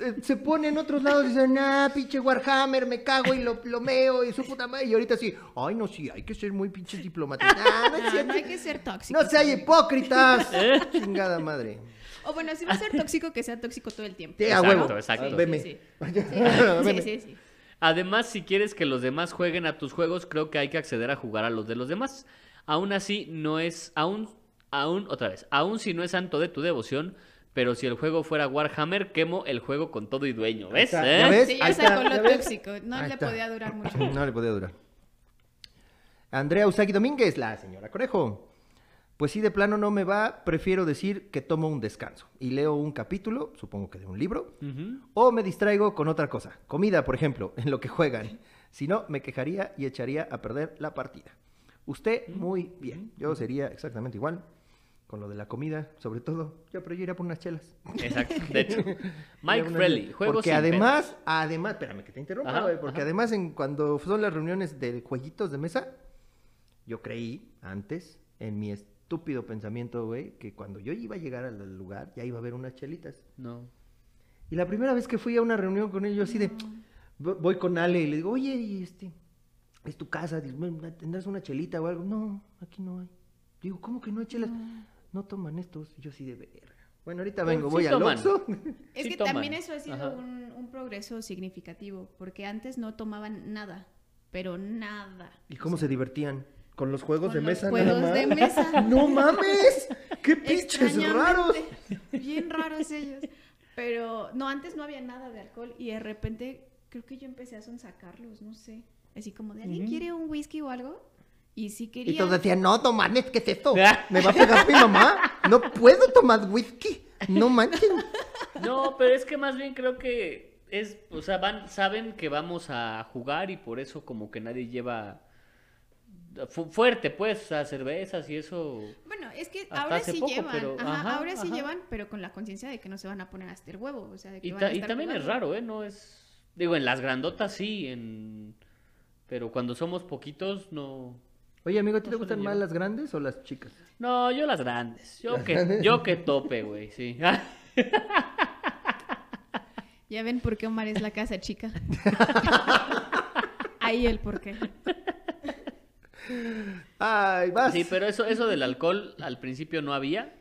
A: eh, se pone en otros lados y dicen, ah, pinche Warhammer, me cago y lo plomeo y su puta madre. Y ahorita sí, ay, no, sí, hay que ser muy pinches
C: *laughs*
A: diplomáticos. Ah, no, es
C: No,
A: cierto.
C: no hay que ser ¿Eh? tóxico.
A: No sean
C: *laughs*
A: hipócritas. Chingada madre.
C: O bueno, si va a ser tóxico, que sea tóxico todo el tiempo.
A: Sí, a
B: Exacto,
A: huevo.
B: exacto.
A: Veme.
C: Sí,
A: *laughs* Veme.
C: Sí, sí, sí.
B: Además, si quieres que los demás jueguen a tus juegos, creo que hay que acceder a jugar a los de los demás. Aún así, no es. Aún. Aún, otra vez. Aún si no es santo de tu devoción, pero si el juego fuera Warhammer, quemo el juego con todo y dueño. ¿Ves?
A: Ahí está, ¿ya
B: eh?
A: ves?
C: Sí,
A: Ahí
C: ya
A: está,
C: sacó
A: ¿ya
C: lo
A: ves?
C: tóxico. No
A: Ahí
C: le
A: está.
C: podía
A: *clears throat*
C: durar mucho.
A: No le podía durar. Andrea Usagi Domínguez, la señora Conejo. Pues sí, de plano no me va, prefiero decir que tomo un descanso y leo un capítulo, supongo que de un libro,
B: Ujú.
A: o me distraigo con otra cosa, comida, por ejemplo, en lo que juegan. Si no, me quejaría y echaría a perder la partida. Usted, muy bien. Yo sería exactamente igual con lo de la comida, sobre todo. Yo, pero yo iría por unas chelas.
B: Exacto.
A: *laughs*
B: De hecho,
A: Mira,
B: Mike
A: una-
B: Frelly, juegos
A: Porque
B: sin
A: además, además, espérame que te interrumpa,
B: Ajá,
A: güey, porque
B: ajá.
A: además en cuando son las reuniones de jueguitos de mesa, yo creí antes, en mi estúpido pensamiento, güey, que cuando yo iba a llegar al lugar, ya iba a haber unas chelitas.
B: pedos. No.
A: Y la primera vez que fui a una reunión con ellos, así de, vo- voy con Ale y le digo, oye, y este, es tu casa, digo, "Ven, ¿tendrás una chelita o algo? No, aquí no hay. Digo, ¿cómo que no hay chelas? No, toman estos. Y yo así de verga. Bueno, ahorita
B: Pues
A: vengo,
B: sí
A: voy al
B: toman.
A: Oxxo.
C: Es
B: Sí
C: que
B: toman.
C: también eso ha sido
B: Ajá.
C: un, un progreso significativo, porque antes no tomaban nada, pero nada.
A: ¿Y cómo se divertían? Con los juegos
C: Con
A: de
C: los
A: mesa
C: juegos
A: nada más.
C: de
A: *laughs*
C: mesa.
A: ¡No mames! ¡Qué pinches
C: Extrañamente,
A: raros!
C: Bien raros ellos. Pero no, antes no había nada de alcohol y de repente creo que yo empecé a sonsacarlos, no sé. Así como de alguien quiere un whisky o algo. Y sí quería.
A: Y todos decían, no, no mames, ¿qué es esto? *laughs* ¿Me va a pegar mi mamá? No puedo tomar whisky. No manches.
B: No, pero es que más bien creo que es, o sea, van, saben que vamos a jugar y por eso como que nadie lleva fu- fuerte, pues, o sea, cervezas y eso.
C: Bueno, es que
B: Hasta
C: ahora
B: hace
C: sí
B: poco,
C: llevan.
B: pero-
C: ajá,
B: ajá,
C: ahora sí
B: ajá.
C: llevan, pero con la conciencia de que no se van a poner hasta el huevo. O sea, de que
B: Y,
C: van
B: ta-
C: a
B: y
C: estar
B: también es
C: jugando.
B: raro, ¿eh? No es... Digo, en las grandotas sí, en... Pero cuando somos poquitos, no...
A: Oye, amigo, ¿a ti te
B: No se
A: gustan
B: le
A: más
B: lleva.
A: las grandes o las chicas?
B: No, yo las grandes. Yo, que, yo que tope, güey, *laughs* sí. Ah,
C: Ya ven por qué Omar es la casa
B: *laughs*
C: chica. Ahí el por qué.
A: Ay, vas.
B: Ah, Sí, pero eso, eso del alcohol al principio no había.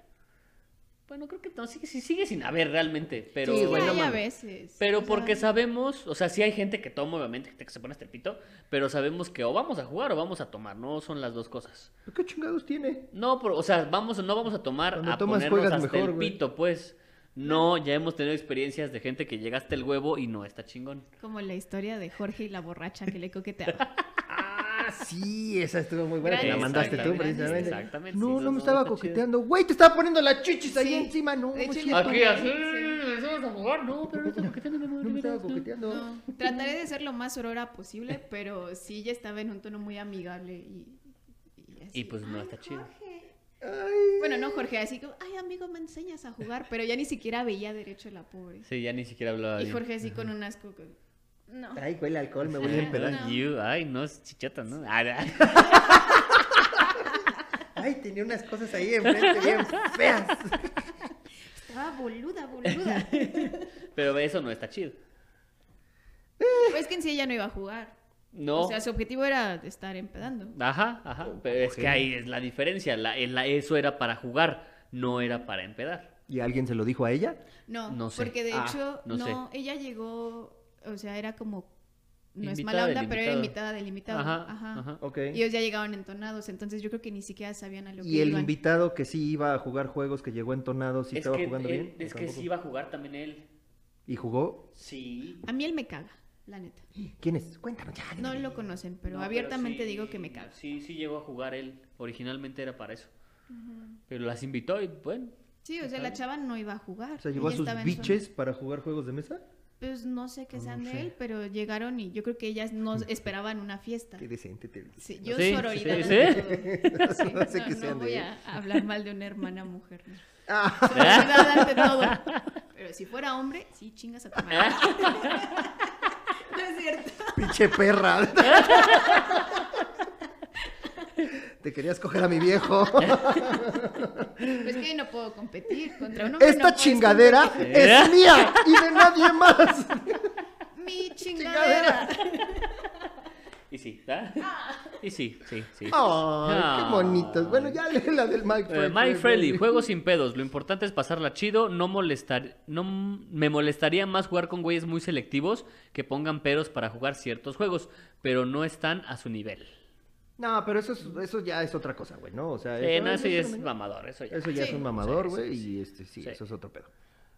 B: Bueno, creo que no, sigue, sí, sigue sin haber realmente, pero...
A: Sí,
C: Sí,
A: güey, no
C: hay a
A: mames.
C: veces.
B: Pero
C: o sea,
B: porque sabemos, o sea, sí hay gente que toma, obviamente, que se pone hasta el pito, pero sabemos que o vamos a jugar o vamos a tomar, no son las dos cosas.
A: ¿Qué chingados tiene?
B: No, por- o sea, vamos, no vamos a tomar
A: Cuando
B: a
A: tomas,
B: ponernos
A: juegas
B: hasta
A: mejor,
B: el
A: güey.
B: pito, pues. No, ya hemos tenido experiencias de gente que llega hasta el huevo y no está chingón.
C: Como la historia de Jorge y la borracha que le coqueteaba.
A: Ah, sí, esa estuvo muy buena. Que la
C: Grandes,
A: mandaste tú,
C: exactamente,
A: precisamente.
B: exactamente,
A: No,
B: sí,
A: no, me
B: no, no,
A: estaba
B: está chido.
A: coqueteando. Güey, te estaba poniendo las chichis ahí
C: Sí.
A: encima. No,
C: De
A: no es
C: hecho,
A: cierto.
B: Aquí, así,
C: Sí.
B: empezamos a jugar, no, pero no está coqueteando, mi amor,
A: No me
B: mira,
A: estaba
B: no.
A: coqueteando.
C: No, *laughs* trataré de ser lo más aurora posible, pero sí ya estaba en un tono muy amigable y, y así.
B: Y pues no,
C: "Ay,
B: está chido".
C: Jorge.
A: Ay.
C: Bueno, no, Jorge, así como, ay, amigo, me enseñas a jugar, pero ya ni siquiera veía derecho la pobre.
B: Sí, ya ni siquiera hablaba
C: Y
B: bien.
C: Jorge así con un asco. que- No.
A: Ay, huele a alcohol, me voy a
C: Ajá.
A: empedar.
C: No.
B: You, ay, no, es chichota, ¿no? Ah, ah.
A: Ay, tenía unas cosas ahí enfrente bien feas.
C: Estaba
B: *laughs*
C: boluda, boluda.
B: Pero eso no está chido.
C: Pues es que en sí ella no iba a jugar.
B: No.
C: O sea, su objetivo era estar empedando.
B: Ajá, ajá. Pero es que ahí es la diferencia. La, el- la- eso era para jugar, no era para empedar.
A: ¿Y alguien se lo dijo a ella?
C: No,
B: No sé.
C: porque de
B: Ah,
C: hecho,
B: no
C: no,
B: sé.
C: ella llegó, o sea, era como, no es
B: Invitada
C: mala
B: del
C: onda, pero era
B: invitado.
C: invitada del invitado.
B: Ajá,
C: Ajá,
B: ajá.
A: Ok.
C: Y ellos ya llegaban entonados, entonces yo creo que ni siquiera sabían a lo que
A: Y el
C: iban.
A: invitado que sí iba a jugar juegos, que llegó entonado, sí
B: es
A: estaba
B: que,
A: jugando
B: él-
A: bien.
B: es
A: ¿O
B: que
A: tampoco?
B: sí iba a jugar también él.
A: ¿Y jugó?
B: Sí.
C: A mí él me caga, la neta.
A: ¿Quién es? Cuéntanos ya.
C: No lo conocen, pero
B: No,
C: abiertamente
B: sí-
C: digo que me caga.
B: Sí, sí llegó a jugar él. Originalmente era para eso. Pero las invitó y bueno.
C: Sí, o sea, la chava no iba a jugar.
A: O sea, llevó a
C: ella
A: sus
C: estaba en su-
A: biches para jugar juegos de mesa.
C: Pues no sé qué sean
A: No sé.
C: de él, pero llegaron y yo creo que ellas
A: *laughs*
C: no esperaban una fiesta.
A: Qué decente te ves.
C: Sí, yo
B: Sí,
C: sororidad.
B: sí,
C: ante todo. Sí,
A: *laughs* No sé
C: no,
A: qué
C: no
A: sean de
C: voy
A: él.
C: a hablar mal de una hermana mujer.
A: *laughs*
C: no.
A: Ah,
C: Sororidad ante todo. Pero si fuera hombre, sí chingas a tu madre. *laughs* No es cierto.
A: pinche
C: *laughs*
A: perra. te querías coger a mi viejo.
C: Pues que no puedo competir contra un hombre. no
A: Esta
C: puedes
A: chingadera
C: competir.
A: es mía y de nadie más.
C: Mi chingadera.
B: Y sí, ¿verdad? Y sí, sí, sí.
A: Ay, qué bonitos. Bueno, ya lee la del Mike
B: Ah. Eh,
A: Friendly.
B: Mike Friendly, juego sin pedos. Lo importante es pasarla chido. No molestar. No m- me molestaría más jugar con güeyes muy selectivos que pongan peros para jugar ciertos juegos, pero no están a su nivel.
A: No, pero eso, es- eso ya es otra cosa, güey, ¿no? O sea,
B: Eh, no,
A: eso-
B: eso ya
A: eso
B: es mamador, eso ya.
A: Eso ya
C: Sí.
A: es un mamador,
B: Sí, sí,
A: güey,
B: sí.
A: y este, sí,
B: Sí.
A: eso es otro pedo.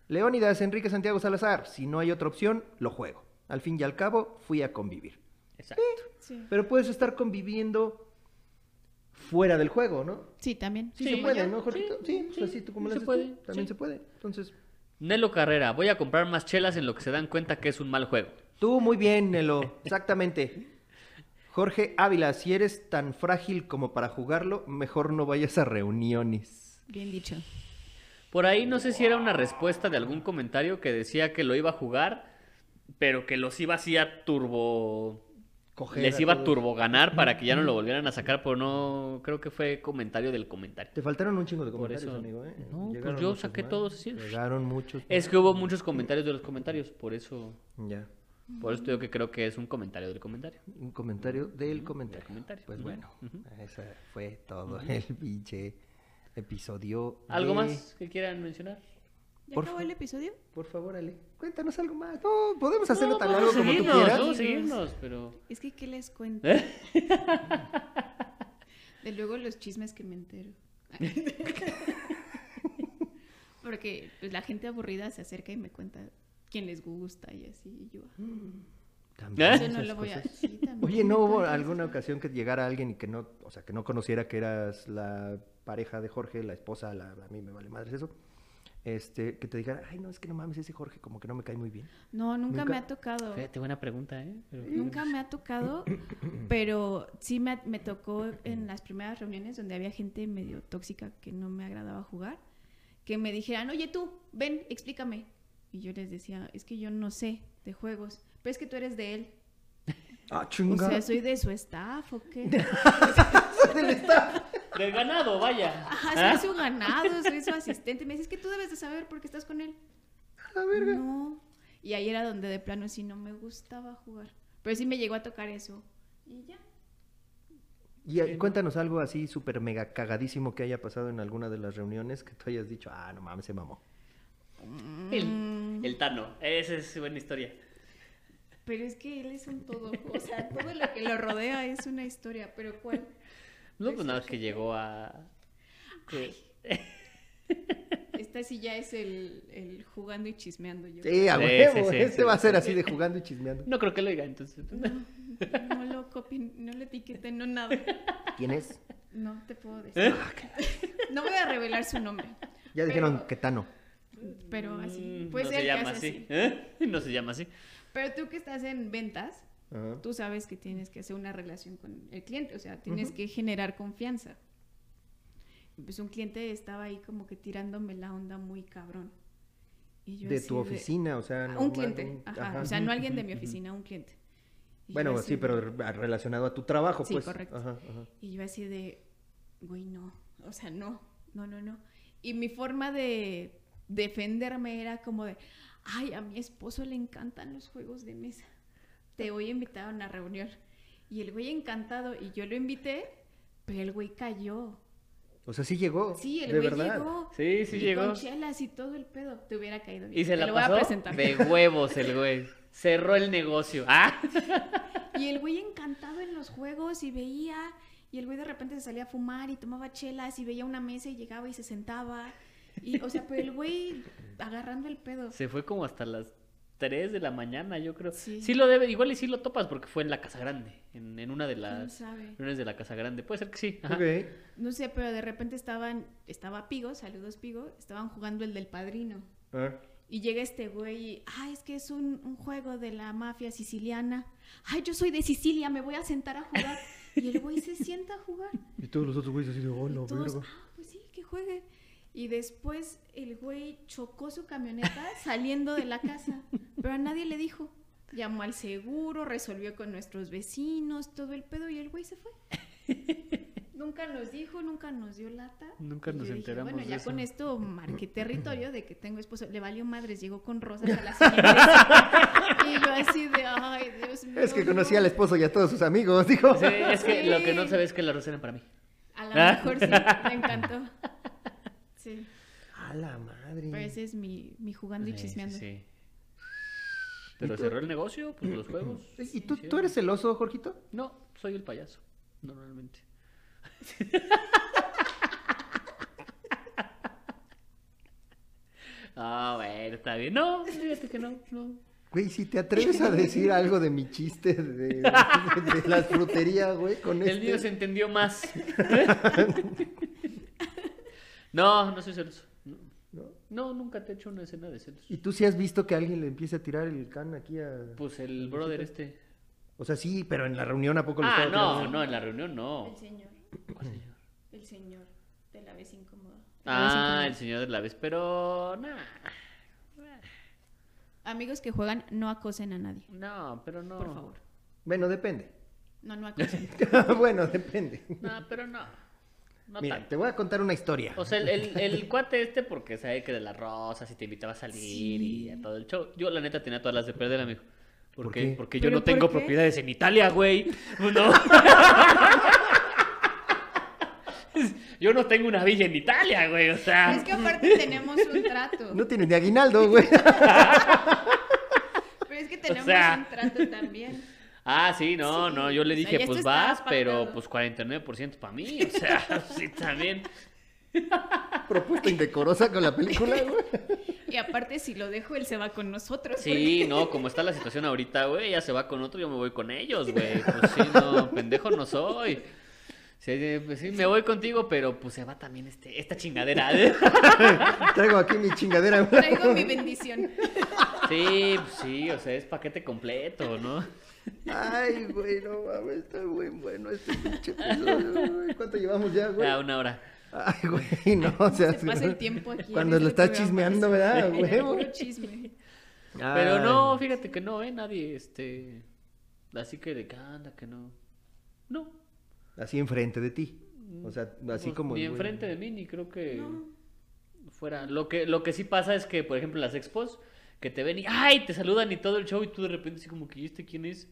A: Leónidas Enrique Santiago Salazar, si no hay otra opción, lo juego. Al fin y al cabo, fui a convivir.
B: Exacto.
C: Sí.
A: Pero puedes estar conviviendo fuera del juego, ¿no?
C: Sí, también.
A: Sí,
B: Sí,
A: se puede,
B: ya.
A: ¿no, Jorgito?
B: Sí,
A: Sí,
B: sí,
A: pues así tú como lo
B: se
A: haces tú,
B: puede,
A: también
B: sí.
A: se puede. Entonces,
B: Nelo Carrera, voy a comprar más chelas en lo que se dan cuenta que es un mal juego.
A: tú muy bien, Nelo, exactamente. Jorge Ávila, si eres tan frágil como para jugarlo, mejor no vayas a reuniones.
C: Bien dicho.
B: Por ahí no sé si era una respuesta de algún comentario que decía que lo iba a jugar, pero que los iba así a turbo.
A: Coger
B: les
A: a
B: iba a
A: todos.
B: turboganar para que ya no lo volvieran a sacar, pero no. Creo que fue comentario del comentario.
A: Te faltaron un chingo de
B: Por
A: comentarios,
B: eso-
A: amigo, ¿eh?
B: No, pues
A: Llegaron
B: yo
A: muchos
B: saqué
A: más.
B: todos así. Eh.
A: Llegaron muchos.
B: Es que hubo muchos comentarios de los comentarios, por eso.
A: Ya.
B: Por eso digo que creo que es un comentario del comentario.
A: Un comentario del comentario.
B: Mm, comentario.
A: Pues
B: Ujú,
A: bueno, ese fue todo el pinche episodio.
B: ¿Algo
A: de-
B: más que quieran mencionar?
C: ¿Ya
A: Por
C: acabó
A: fa-
C: el episodio?
A: Por favor, Ale, cuéntanos algo más. No, podemos hacerlo tan
B: podemos
A: largo como tú
B: seguirnos,
A: quieras.
B: podemos seguirnos, pero.
C: Es que, ¿qué les cuento?
A: ¿Eh?
C: De luego los chismes que me entero. Porque pues, la gente aburrida se acerca y me cuenta quién les gusta y así. y yo, ah,
A: También
B: ¿Eh?
C: yo no
A: esas
C: lo voy a...
A: cosas.
C: sí, también
A: Oye,
C: me
A: ¿no hubo
C: cuentan
A: alguna
C: esas cosas.
A: ocasión que llegara alguien y que no, o sea, que no conociera que eras la pareja de Jorge, la esposa, la- a mí me vale madres eso, este, que te dijera, ay, no, es que no mames, ese Jorge como que no me cae muy bien.
C: No, nunca, me
A: Nunca.
C: ha tocado.
B: Fíjate, buena pregunta, ¿eh? Pero-
C: Nunca me ha tocado, pero sí me, me tocó en las primeras reuniones donde había gente medio tóxica que no me agradaba jugar, que me dijeran, oye tú, ven, explícame. Y yo les decía, es que yo no sé de juegos, pero es que tú eres de él.
A: Ah,
C: O
A: chunga. *laughs*
C: *laughs* sea, soy de su staff o qué. *laughs*
B: Del ganado, vaya.
C: Ajá, "Ah, soy su ganado, soy su asistente. Me dices que tú debes de saber porque estás con él.
A: A la verga.
C: No. Y ahí era donde de plano sí no me gustaba jugar. Pero sí me llegó a tocar eso. Y ya.
A: Y eh, cuéntanos algo así súper mega cagadísimo que haya pasado en alguna de las reuniones que tú hayas dicho, ah, no mames, se mamó.
B: El, el Tano. Esa es buena historia.
C: Pero es que él es un todo, o sea, todo lo que lo rodea es una historia, pero ¿cuál?
B: No, pues nada, que llegó a. que-
C: Es Esta sí ya es el, el jugando y chismeando. Yo creo.
A: Sí, a
B: Sí,
A: huevo.
B: sí, sí,
A: este
B: sí,
A: va a
B: sí.
A: ser así de jugando y chismeando.
B: No creo que lo diga, entonces.
C: No lo copien, no lo etiqueten, no nada.
A: ¿Quién es?
C: No te puedo
B: *laughs*
C: decir. No voy a revelar su nombre,
A: Ya dijeron que Tano.
C: pero así.
B: Mm,
C: Pues
B: no
C: él
B: se
C: que
B: llama
C: hace
B: así. ¿Eh? *laughs* No se llama así.
C: Pero tú que estás en ventas,
A: Ajá.
C: tú sabes que tienes que hacer una relación con el cliente, o sea, tienes que generar confianza. Y Pues un cliente estaba ahí como que tirándome la onda muy cabrón. Y yo
A: De
C: así
A: tu oficina, o sea.
C: Ah,
A: normal,
C: un cliente,
A: un-
C: ajá,
A: ajá.
C: O sea, no
A: *laughs*
C: alguien de mi oficina, un cliente. Y yo
A: Bueno,
C: así
A: sí,
C: de-
A: pero re- relacionado a tu trabajo,
C: Sí,
A: pues.
C: correcto.
A: Ajá, ajá.
C: Y yo así de, güey, no, o sea, no, no, no, no. Y mi forma de defenderme era como de, ay, a mi esposo le encantan los juegos de mesa. Te voy a invitar a una reunión. Y el güey encantado, y yo lo invité, pero el güey cayó.
A: O sea, sí llegó.
C: Sí, el
A: de
C: güey
A: verdad.
C: llegó.
B: Sí, sí
C: y
B: llegó.
C: Con chelas y todo el pedo. Te hubiera caído bien.
B: Y se
C: Te
B: la
C: lo voy a
B: pasó
C: presentar.
B: de huevos el güey. Cerró el negocio. *laughs* ¡Ah!
C: Y el güey encantado en los juegos y veía, y el güey de repente se salía a fumar y tomaba chelas y veía una mesa y llegaba y se sentaba. Y, o sea, pero el güey agarrando el pedo.
B: Se fue como hasta las 3 de la mañana, yo creo. Sí,
C: Sí.
B: lo debe, igual y sí lo topas porque fue en la Casa Grande, en, en una de
C: ¿Quién
B: las
C: sabe?
B: reuniones de la Casa Grande. Puede ser que sí. ajá.
A: Ok.
C: No sé, pero de repente estaban, estaba Pigo, saludos Pigo, estaban jugando el del padrino.
A: Ah.
C: Y llega este güey y, ah, es que es un, un juego de la mafia siciliana. Ay, yo soy de Sicilia, me voy a sentar a jugar. Y el güey se sienta a jugar.
A: Y todos los otros güeyes así de, oh,
C: Y
A: la
C: todos,
A: verga.
C: ah, pues sí, que juegue. Y después el güey chocó su camioneta saliendo de la casa, pero a nadie le dijo. Llamó al seguro, resolvió con nuestros vecinos, todo el pedo, y el güey se fue. nunca nos dijo, nunca nos dio lata.
B: Nunca
C: Y yo
B: nos
C: dije,
B: enteramos
C: Bueno,
B: de
C: ya
B: eso".
C: con esto marqué territorio de que tengo esposo. Le valió madres, llegó con rosas a la señora. y yo así de, ay, Dios mío.
A: Es que
C: no".
A: conocí al esposo y a todos sus amigos, dijo.
B: Sí, es que
C: Sí.
B: lo que no sabes es que la rosa era para mí.
C: A lo
B: Ah.
C: mejor sí,
B: *laughs*
C: me encantó. Sí.
A: A la madre.
C: Pero ese es mi, mi jugando y
B: Sí,
C: chismeando.
B: sí, sí. Pero cerró el negocio, pues los juegos.
A: ¿Y tú, tú eres el oso, Jorgito?
B: No, soy el payaso, normalmente. Ah, bueno, está bien. No, fíjate que no, no.
A: Güey, si te atreves a decir algo de mi chiste de, de, las fruterías, güey, con
B: El mío
A: este...
B: se entendió más. no, no soy celoso. No,
A: ¿no?
B: no, nunca te he hecho una escena de celos.
A: ¿Y tú sí has visto que alguien le empiece a tirar el can aquí a...?
B: Pues el brother este.
A: O sea, sí, pero en la reunión ¿a poco lo
B: Ah,
A: estaba
B: no,
A: tirando?
B: no, en la reunión no.
C: El señor. El señor de la vez incómoda.
B: Ah, el señor de la vez, pero nah,
C: Amigos que juegan, no acosen a nadie.
B: no, pero no.
C: Por favor.
A: Bueno, depende. *laughs*
C: No,
B: *laughs*
C: no acosen.
A: bueno, depende.
B: No, pero no. No
A: Mira,
B: tanto.
A: te voy a contar una historia.
B: O sea, el, el- el cuate este, porque sabe que de las rosas y te invitaba a salir y a todo el show. Yo, la neta, tenía todas las de perder, amigo. ¿Por,
A: ¿Por
B: qué?
A: qué?
B: Porque yo
C: ¿Pero
B: no
C: por
B: tengo
C: qué?
B: propiedades en Italia, güey. Pues No. *laughs* yo no tengo una villa en Italia, güey. O sea.
C: es que aparte tenemos un trato.
A: No tienes ni aguinaldo, güey. *laughs*
C: Pero es que tenemos
B: sea.
C: un trato también.
B: Ah, sí, no,
C: Sí,
B: no, yo le
C: o sea,
B: dije,
C: ya esto
B: pues
C: está
B: vas, pero
C: pactado.
B: pues 49% para mí, o sea, *laughs* sí, también.
A: Propuesta indecorosa con la película, güey.
C: Y aparte, si lo dejo, él se va con nosotros.
B: Sí, no, como está la situación ahorita, güey, ya se va con otro, yo me voy con ellos, güey. Pues sí, no, pendejo no soy. Sí, sí, pues, sí, me voy contigo, pero pues se va también este, esta chingadera.
A: Traigo aquí mi chingadera.
C: porque Traigo mi
B: *laughs*
C: bendición.
B: Sí, pues sí, o sea, es paquete completo, ¿no?
A: Ay, güey, no mames, está muy bueno este pinche episodio, güey. ¿Cuánto llevamos ya, güey?
B: Ya, una hora.
A: Ay, güey, no, o sea,
C: Se pasa el tiempo aquí. en
A: cuando
C: este
A: lo estás
C: programa.
A: chismeando, ¿verdad?
C: Sí,
A: Huevo.
C: puro chisme.
A: Ah,
B: Pero no,
A: Ay.
B: fíjate que no, ¿eh? Nadie, este, así que de que anda, que no. No,
A: Así enfrente de ti. O sea, así
B: pues,
A: como.
B: ni
A: güey.
B: enfrente de mí ni creo que
C: No.
B: fuera lo que lo que sí pasa es que por ejemplo en las expos que te ven y ay te saludan y todo el show y tú de repente así como que "¿Y este quién es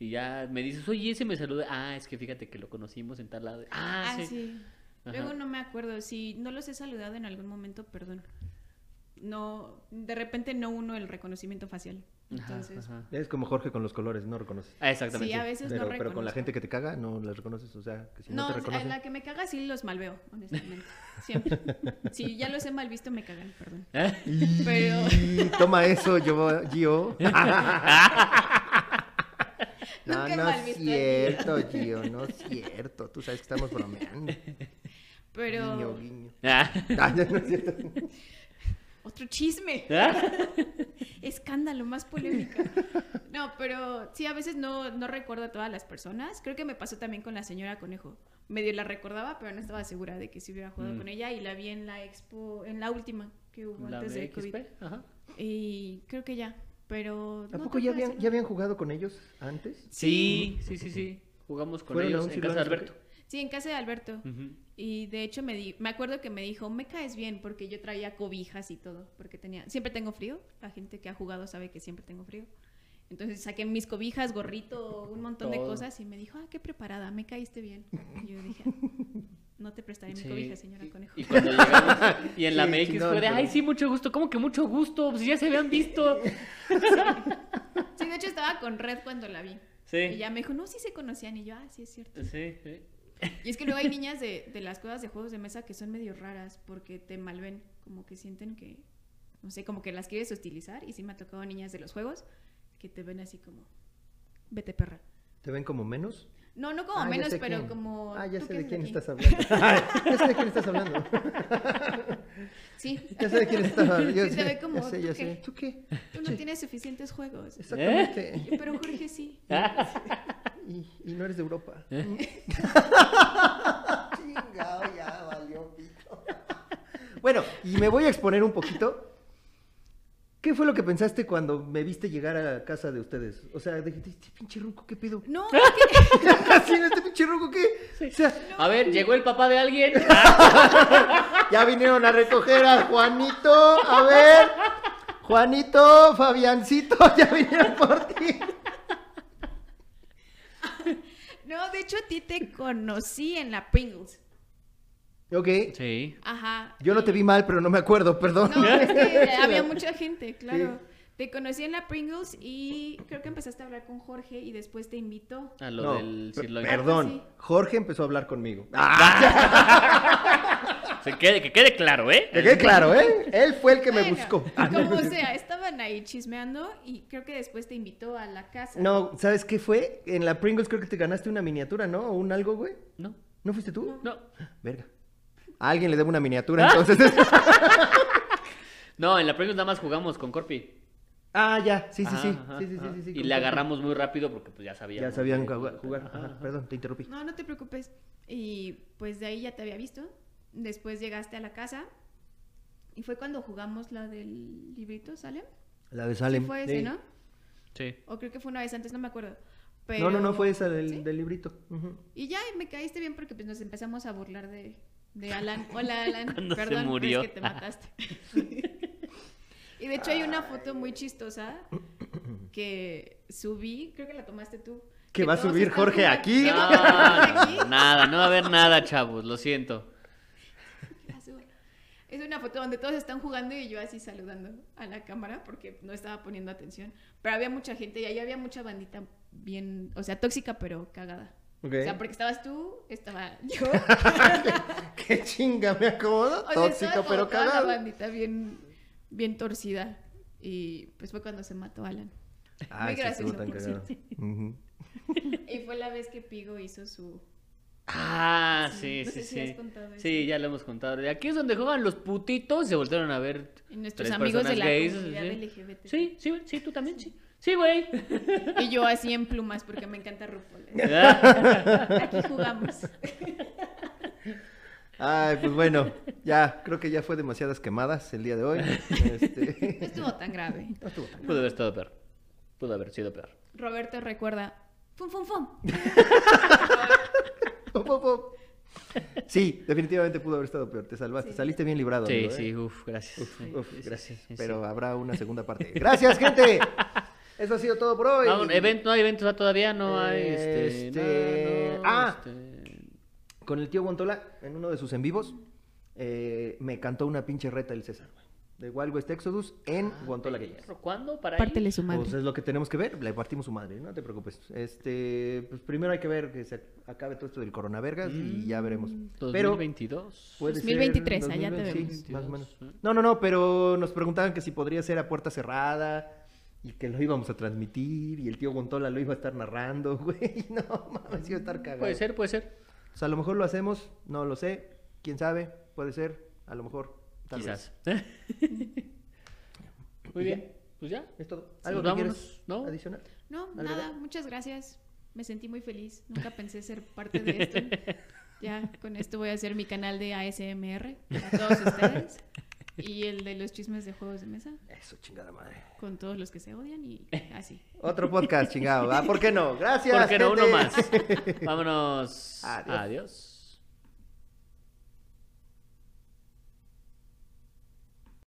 B: y ya me dices oye ese me saluda ah es que fíjate que lo conocimos en tal lado ah,
C: Ah,
B: sí.
C: sí.
B: Ajá.
C: Luego no me acuerdo. Si no los he saludado en algún momento, perdón. No, de repente no uno el reconocimiento facial.
B: Ajá,
C: Entonces,
B: ajá.
A: Es como Jorge con los colores, no reconoces.
B: Ah, Exactamente.
C: sí, a veces
A: pero, pero
C: no
A: con la
C: reconozco.
A: gente que te caga, no las reconoces. O sea, que si no,
C: No,
A: te
C: a
A: reconocen.
C: la que me caga sí los malveo, honestamente. Siempre. Si ya los he mal visto, me cagan, perdón.
B: ¿Eh?
C: Pero-
A: Y Toma eso, yo,
C: *laughs*
A: Gio. No,
C: Nunca
A: no
C: mal
A: es
C: visto,
A: cierto, Gio, no es cierto. Tú sabes que estamos bromeando.
C: Pero.
A: Guiño, guiño.
B: *laughs*
C: *laughs*
B: Ah.
A: Ah, no, no es cierto.
C: Otro chisme.
B: Ah.
C: Escándalo, más polémica. No, pero sí, a veces no, no recuerdo a todas las personas. Creo que me pasó también con la señora Conejo. Medio la recordaba, pero no estaba segura de que si hubiera jugado
B: Mm.
C: con ella y la vi en la expo, en la última que
B: *laughs*
C: hubo
B: La
C: antes de
B: BXP,
C: COVID.
B: ajá.
C: Y creo que ya, pero...
A: ¿A
C: no
A: poco
C: te
A: ya
C: puedo
A: habían,
C: decir
A: ya habían jugado con ellos antes?
B: Sí, sí, sí, sí. Jugamos con
A: ¿Fueron a
B: ellos
A: un
B: en casa de
A: Cirlón?
B: Alberto.
C: nada. Sí, en casa de Alberto.
B: Ujú.
C: Y de hecho me, di- me acuerdo que me dijo, me caes bien porque yo traía cobijas y todo, porque tenía, siempre tengo frío, la gente que ha jugado sabe que siempre tengo frío. Entonces saqué mis cobijas, gorrito, un montón de
B: Todo.
C: cosas y me dijo, ah, qué preparada, me caíste bien. Y yo dije, no te prestaré mi
B: Sí.
C: cobija, señora
B: Y-
C: Conejo.
B: Y, cuando llegamos, y en la
A: *laughs* Sí,
B: MX
A: chingón,
B: fue de,
A: pero-
B: ay, sí, mucho gusto. ¿Cómo que mucho gusto? Pues ya se habían
C: *laughs*
B: visto.
C: *laughs* Sí, de hecho estaba con Red cuando la vi. Y
B: Sí.
C: ya me dijo, no, sí se conocían. Y yo, ah, sí es cierto.
B: Sí, sí.
C: Y es que luego hay niñas de, de las cosas de juegos de mesa que son medio raras porque te malven, como que sienten que, no sé, como que las quieres hostilizar. Y sí me ha tocado niñas de los juegos que te ven así como, vete perra.
A: ¿Te ven como menos?
C: No, no como
A: Ah, ya
C: menos,
A: sé
C: pero
A: quién.
C: como...
A: Ah, ya
C: "¿Tú
A: sé de
C: qué haces
A: quién
C: aquí?".
A: estás hablando.
C: *laughs*
A: Ah, ya sé de quién estás hablando.
C: Sí,
A: *laughs* Ya sé de quién estás
C: *laughs*
A: hablando. Yo
C: Sí, te ve como,
A: ya sé, ya
C: ¿tú qué?
A: sé. ¿Tú qué?
B: ¿Eh?
C: tú no tienes suficientes
A: *laughs*
C: juegos.
A: Exactamente.
C: Y yo, Pero
A: *laughs*
C: Jorge sí.
A: Y, y no eres de Europa. *laughs* Chingado, ya valió pito. *laughs* Bueno, y me voy a exponer un poquito. ¿Qué fue lo que pensaste cuando me viste llegar a casa de ustedes? O sea, dijiste, este pinche ruco, ¿qué pedo? *laughs*
C: No, es que *laughs*
A: ¿Sí, este pinche ruco, ¿qué? O sea,
B: A ver, llegó el papá de alguien.
A: ya vinieron a recoger a Juanito, a ver. Juanito, Fabiancito, *laughs* ya vinieron por ti.
C: no, de hecho a ti te conocí en la Pringles.
A: Ok,
B: Sí.
C: Ajá.
A: yo no te vi mal, pero no me acuerdo, perdón.
C: No,
A: *laughs*
C: es que había mucha gente, claro. Te conocí en la Pringles y creo que empezaste a hablar con Jorge y después te invitó.
B: A lo
A: No,
B: del
A: per-
B: Cirlón.
A: Perdón,
C: Sí.
A: Jorge empezó a hablar conmigo. Ah,
B: Se quede, que quede claro, ¿eh?
A: Que quede claro, *laughs* ¿eh? Él fue el que me
C: Bueno,
A: buscó.
C: *laughs*
A: Ah,
C: Como sea, estaban ahí chismeando y creo que después te invitó a la casa.
A: *laughs* No, ¿sabes qué fue? En la Pringles creo que te ganaste una miniatura, ¿no? O un algo, güey.
B: No,
A: ¿No Ah. fuiste tú?
B: no.
A: Verga. A alguien le debo una *laughs* miniatura, entonces.
B: No, en la pregunta nada más jugamos con Corpi.
A: ah, ya. Sí, sí,
B: Ajá,
A: sí.
B: ajá,
A: sí, sí, sí,
B: ajá.
A: sí, sí,
B: Y
A: con-
B: le agarramos muy rápido porque pues ya sabíamos.
A: Ya sabían
B: que-
A: jugar. jugar. Ajá,
B: Ajá.
A: Perdón, te interrumpí.
C: No, no te preocupes. Y pues de ahí ya te había visto. Después llegaste a la casa y fue cuando jugamos la del librito, ¿sale?
A: La de Salem.
C: fue
A: sí.
C: ese, ¿no?
B: Sí.
C: O creo que fue una vez antes, no me acuerdo. Pero...
A: No, no, no, fue esa del,
C: ¿Sí?
A: del librito. Ujú.
C: Y ya y me caíste bien porque pues nos empezamos a burlar de, de
B: *laughs*
C: Alan. Hola Alan,
B: Cuando se
C: perdón, pero
B: murió.
C: es que te
B: *laughs*
C: mataste. y de hecho hay una foto muy chistosa que subí, creo que la tomaste tú.
A: Que va a
C: todos
A: subir
C: están
A: Jorge
C: jugando-
A: aquí.
C: que
B: No,
C: va a subir Jorge
B: no, nada, no va a haber nada, chavos, lo siento.
C: aquí. Es una foto donde todos están jugando y yo así saludando a la cámara porque no estaba poniendo atención. Pero había mucha gente y ahí había mucha bandita bien, o sea, tóxica pero cagada.
A: Ok.
C: O sea, porque estabas tú, estaba
A: *laughs*
C: yo.
A: *laughs* Qué chinga, me acomodo.
C: O sea, estaba
A: Tóxico,
C: como
A: pero
C: toda
A: cagado.
C: La bandita bien, bien torcida. Y pues fue cuando se mató Alan.
A: Ah,
C: Muy
A: sí, estuvo
C: gracioso,
A: tan
C: por
A: cagado. Ujú.
C: Y fue la vez que Pigo hizo su.
B: Ah, sí,
C: Sí,
B: sí,
C: no sé si
B: sí.
C: has contado eso.
B: sí, ya lo hemos contado. Y Aquí es donde juegan los putitos, se volvieron a ver.
C: y nuestros
B: tres
C: amigos de
B: personas
C: la
B: gays,
C: comunidad
B: sí.
C: LGBT.
B: Sí, sí, güey, sí, tú también, sí.
A: *laughs*
B: Sí, güey.
C: Y yo así en plumas porque me
B: *laughs*
C: encanta RuPaul. Aquí jugamos.
A: Ay, pues bueno, ya, creo que ya fue demasiadas quemadas el día de hoy. Este,
C: No estuvo tan grave.
A: *laughs* no estuvo tan-
B: Pudo haber estado peor. Pudo haber sido peor.
C: Roberto recuerda. ¡Fum, fum, fum!
A: Pop, pop, pop. Sí, definitivamente pudo haber estado peor. Te salvaste,
C: Sí.
A: saliste bien librado.
B: Sí,
A: amigo, ¿eh?
B: sí, uff, gracias.
A: Uf,
B: Sí,
A: uf,
B: sí, sí,
A: gracias.
B: sí, sí.
A: Pero habrá una segunda parte. Gracias, gente. Eso ha sido todo por hoy.
B: Vamos, event- no hay eventos ah, todavía, no hay. Este,
A: Este,
B: nada, no,
A: ah.
B: este,
A: Con el tío Guantola, en uno de sus en vivos, eh, me cantó una pinche reta el César. güey. de Wild West Exodus en
C: Ah,
A: Guantola Games.
B: Perro, ¿Cuándo? Para
C: Pártele
B: ahí.
C: su madre.
A: Pues es lo que tenemos que ver, le partimos su madre, no te preocupes. Este, pues primero hay que ver que se acabe todo esto del coronavergas y ya veremos.
B: Mm,
A: Pero
B: 2022.
A: puede ser
C: 2023, allá te
A: 2020,
C: vemos.
A: sí, más o menos.
B: 2022,
A: No, no, no, pero nos preguntaban que si podría ser a puerta cerrada y que lo íbamos a transmitir y el tío Gontola lo iba a estar narrando, *laughs* güey. No, mames, iba a estar cagado.
B: Puede ser, puede ser.
A: O sea, a lo mejor lo hacemos, no lo sé, quién sabe, puede ser, a lo mejor, tal
B: Quizás. *laughs*
A: vez.
B: Muy
A: ¿Y ya?
B: bien. Pues ya.
A: Es todo.
B: Sí,
A: ¿Algo que
B: vámonos,
A: quieres
B: ¿no?
A: adicionar?
C: No,
A: ¿Algo
C: nada,
A: más?
C: muchas gracias. Me sentí muy feliz. Nunca pensé ser parte de esto. Ya, con esto voy a hacer mi canal de ASMR para todos ustedes. Y el de los chismes de juegos de mesa
A: Eso, chingada madre.
C: con todos los que se odian y así.
A: Otro podcast, chingado. ¿va? ¿Por qué no? Gracias.
B: Porque no uno
A: *laughs* gente.
B: más. Vámonos.
A: Adiós.
B: Adiós.